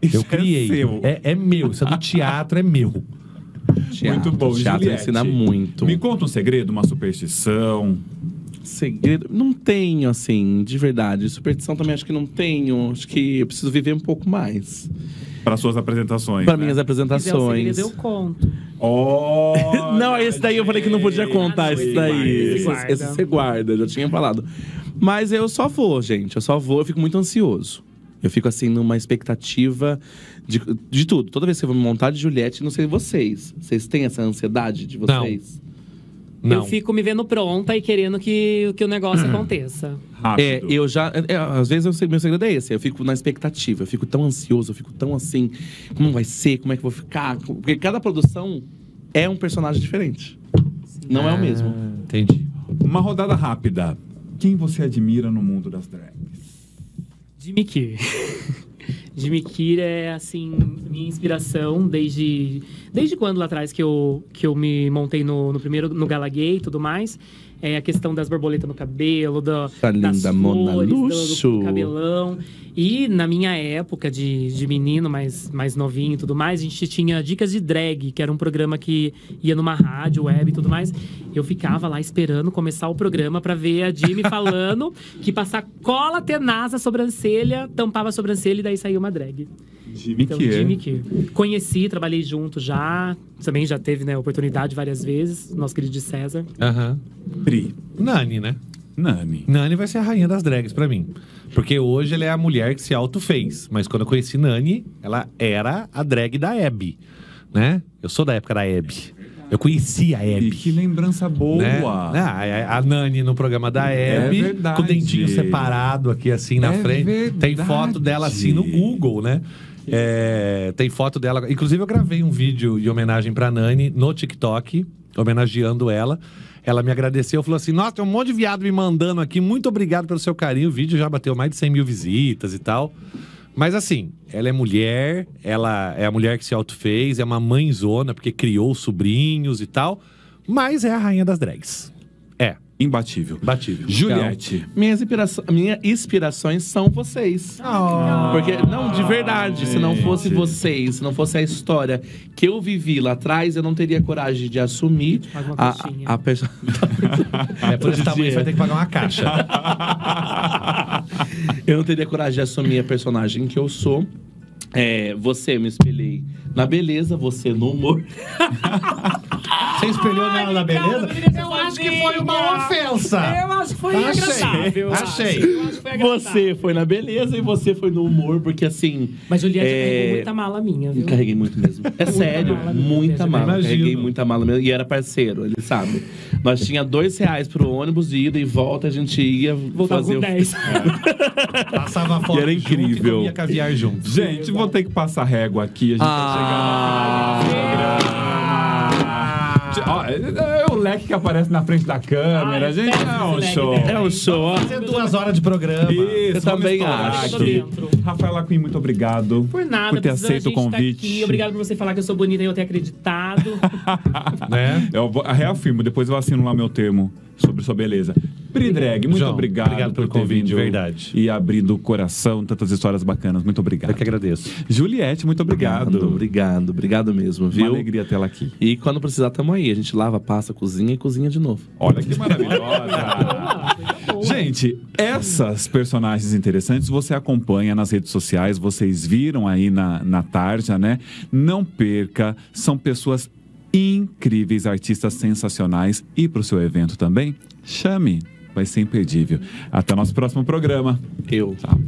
[SPEAKER 1] Isso
[SPEAKER 3] eu
[SPEAKER 1] É
[SPEAKER 3] criei.
[SPEAKER 1] seu.
[SPEAKER 3] É, é meu. Isso é do teatro, é meu.
[SPEAKER 1] Muito bom,
[SPEAKER 2] Teatro
[SPEAKER 1] Juliette.
[SPEAKER 2] ensina muito.
[SPEAKER 1] Me conta um segredo, uma superstição.
[SPEAKER 2] Segredo. Não tenho, assim, de verdade. Superstição também acho que não tenho. Acho que eu preciso viver um pouco mais.
[SPEAKER 1] Para suas apresentações.
[SPEAKER 2] Para
[SPEAKER 1] né?
[SPEAKER 2] minhas
[SPEAKER 4] Se quiser o segredo,
[SPEAKER 2] apresentações.
[SPEAKER 4] eu conto.
[SPEAKER 1] Olha,
[SPEAKER 2] não, esse daí eu falei que não podia contar
[SPEAKER 4] gente.
[SPEAKER 2] esse daí.
[SPEAKER 4] Esse
[SPEAKER 2] Esse,
[SPEAKER 4] guarda.
[SPEAKER 2] esse você guarda, eu já tinha falado. Mas eu só vou, gente. Eu só vou, eu fico muito ansioso. Eu fico assim numa expectativa de, de tudo. Toda vez que eu vou me montar de Juliette, não sei vocês. Vocês têm essa ansiedade de vocês?
[SPEAKER 3] Não.
[SPEAKER 4] Eu fico me vendo pronta e querendo que, que o negócio aconteça.
[SPEAKER 1] Rápido.
[SPEAKER 2] É, eu já. é, é, às vezes eu sei, meu segredo é esse. Eu fico na expectativa, eu fico tão ansioso, eu fico tão assim. Como vai ser? Como é que eu vou ficar? Porque cada produção é um personagem diferente. Não é o mesmo.
[SPEAKER 3] Entendi.
[SPEAKER 1] Uma rodada rápida. Quem você admira no mundo das drags?
[SPEAKER 4] Jimmy Kier. Jimmy Kier é, assim, minha inspiração desde, desde quando lá atrás que eu, que eu me montei no, no primeiro, no Gala Gay e tudo mais. É a questão das borboletas no cabelo, da,
[SPEAKER 2] Tá
[SPEAKER 4] das
[SPEAKER 2] linda, Mona
[SPEAKER 4] flores, do- do,
[SPEAKER 2] Luxo.
[SPEAKER 4] cabelão. E na minha época de, de menino, mais, mais novinho e tudo mais, a gente tinha Dicas de Drag, que era um programa que ia numa rádio, web e tudo mais. Eu ficava lá esperando começar o programa pra ver a Jimmy falando que passar cola tenaz na sobrancelha, tampava a sobrancelha e daí saiu uma drag.
[SPEAKER 1] Jimmy é.
[SPEAKER 4] Então,
[SPEAKER 1] Kier.
[SPEAKER 4] Jimmy que conheci, trabalhei junto já. Também já teve né, oportunidade várias vezes, nosso querido César.
[SPEAKER 3] Aham.
[SPEAKER 1] Pri.
[SPEAKER 3] Nani, né?
[SPEAKER 1] Nani.
[SPEAKER 3] Nani vai ser a rainha das drags pra mim. Porque hoje ela é a mulher que se autofez. Mas quando eu conheci Nani, ela era a drag da Hebe. Né? Eu sou da época da Hebe. Eu conheci a
[SPEAKER 2] É,
[SPEAKER 1] E
[SPEAKER 3] Hebe.
[SPEAKER 1] que lembrança boa.
[SPEAKER 3] né? Ah, a- a Nani no programa da
[SPEAKER 1] É
[SPEAKER 3] Hebe,
[SPEAKER 1] verdade.
[SPEAKER 3] com o dentinho separado aqui assim na
[SPEAKER 1] É
[SPEAKER 3] frente. Tem
[SPEAKER 1] verdade.
[SPEAKER 3] foto dela assim no Google, né? É, tem foto dela. Inclusive, eu gravei um vídeo de homenagem pra Nani no TikTok, homenageando ela. Ela me agradeceu, falou assim: Nossa, tem um monte de viado me mandando aqui, muito obrigado pelo seu carinho. O vídeo já bateu mais de 100 mil visitas e tal. Mas assim, ela é mulher, ela é a mulher que se autofez, é uma mãezona, porque criou sobrinhos e tal. Mas é a rainha das drags. É,
[SPEAKER 1] Imbatível.
[SPEAKER 3] batível.
[SPEAKER 1] Juliette.
[SPEAKER 2] Minhas, inspiraço- minha inspirações são vocês.
[SPEAKER 3] Ah.
[SPEAKER 2] Porque, não, de verdade, se não fosse vocês, se não fosse a história que eu vivi lá atrás, eu não teria coragem de assumir
[SPEAKER 4] Paga uma
[SPEAKER 2] a,
[SPEAKER 4] coxinha.
[SPEAKER 2] a, pessoa.
[SPEAKER 1] Então,
[SPEAKER 3] É, por esse tamanho você vai ter que pagar uma caixa.
[SPEAKER 2] eu não teria coragem de assumir a personagem que eu sou. É, você eu me espelhei na beleza, você no humor.
[SPEAKER 7] Você espelhou nela na beleza? Eu acho que foi uma
[SPEAKER 3] Tá.
[SPEAKER 7] ofensa.
[SPEAKER 4] Eu acho que foi
[SPEAKER 7] Achei,
[SPEAKER 4] agradável. eu
[SPEAKER 7] achei.
[SPEAKER 4] acho. Eu acho que foi agradável.
[SPEAKER 2] Você foi na beleza e você foi no humor, porque assim.
[SPEAKER 4] Mas Juliette
[SPEAKER 2] É.
[SPEAKER 4] carregou muita mala minha, viu?
[SPEAKER 2] Carreguei muito mesmo. É sério,
[SPEAKER 4] mala,
[SPEAKER 2] muita
[SPEAKER 4] Deus,
[SPEAKER 2] mala.
[SPEAKER 7] imagino.
[SPEAKER 2] Carreguei muita mala mesmo. E era parceiro, ele sabe. Nós tinha dois reais pro ônibus de ida e volta, a gente ia
[SPEAKER 4] Voltava
[SPEAKER 2] fazer
[SPEAKER 4] com
[SPEAKER 2] o.
[SPEAKER 4] 10.
[SPEAKER 7] Passava fome
[SPEAKER 1] E era
[SPEAKER 7] junto
[SPEAKER 1] incrível.
[SPEAKER 7] e comia caviar junto.
[SPEAKER 1] Gente, vou ter que passar régua aqui. A gente tá
[SPEAKER 2] Ah.
[SPEAKER 1] Ah, vai chegar. Ó, é é o leque que aparece na frente da câmera.
[SPEAKER 4] Ah, é
[SPEAKER 1] gente,
[SPEAKER 4] péssimo
[SPEAKER 1] é um
[SPEAKER 4] esse leque,
[SPEAKER 1] show.
[SPEAKER 4] né?
[SPEAKER 2] É o show, ó.
[SPEAKER 7] Fazer duas horas de programa.
[SPEAKER 1] Isso,
[SPEAKER 2] Eu também
[SPEAKER 1] vamos estourar
[SPEAKER 2] acho.
[SPEAKER 1] aqui.
[SPEAKER 4] Eu tô dentro.
[SPEAKER 1] Rafael Lacuim, muito obrigado.
[SPEAKER 4] Por nada,
[SPEAKER 1] Por ter
[SPEAKER 4] precisando,
[SPEAKER 1] aceito
[SPEAKER 4] a
[SPEAKER 1] o
[SPEAKER 4] gente tá
[SPEAKER 1] convite.
[SPEAKER 4] aqui. Obrigado por você falar que eu sou bonita e eu ter acreditado.
[SPEAKER 3] né?
[SPEAKER 1] Eu vou- reafirmo, depois eu assino lá meu termo sobre sua beleza. Pri Drag, muito
[SPEAKER 3] João,
[SPEAKER 1] obrigado,
[SPEAKER 3] obrigado pelo
[SPEAKER 1] por ter
[SPEAKER 3] convite,
[SPEAKER 1] vindo
[SPEAKER 3] verdade.
[SPEAKER 1] E abrindo o coração, tantas histórias bacanas. Muito obrigado.
[SPEAKER 3] Eu que agradeço.
[SPEAKER 1] Juliette, muito obrigado.
[SPEAKER 2] Obrigado, obrigado mesmo,
[SPEAKER 1] Uma
[SPEAKER 2] viu?
[SPEAKER 1] alegria tê-la aqui.
[SPEAKER 2] E quando precisar, tamo aí. A gente lava, passa, cozinha e cozinha de novo.
[SPEAKER 1] Olha que maravilhosa. Gente, essas personagens interessantes você acompanha nas redes sociais, vocês viram aí na, na tarja, né? Não perca, são pessoas incríveis, artistas sensacionais. E para o seu evento também, chame, vai ser imperdível. Até nosso próximo programa.
[SPEAKER 2] Eu.
[SPEAKER 1] Tchau.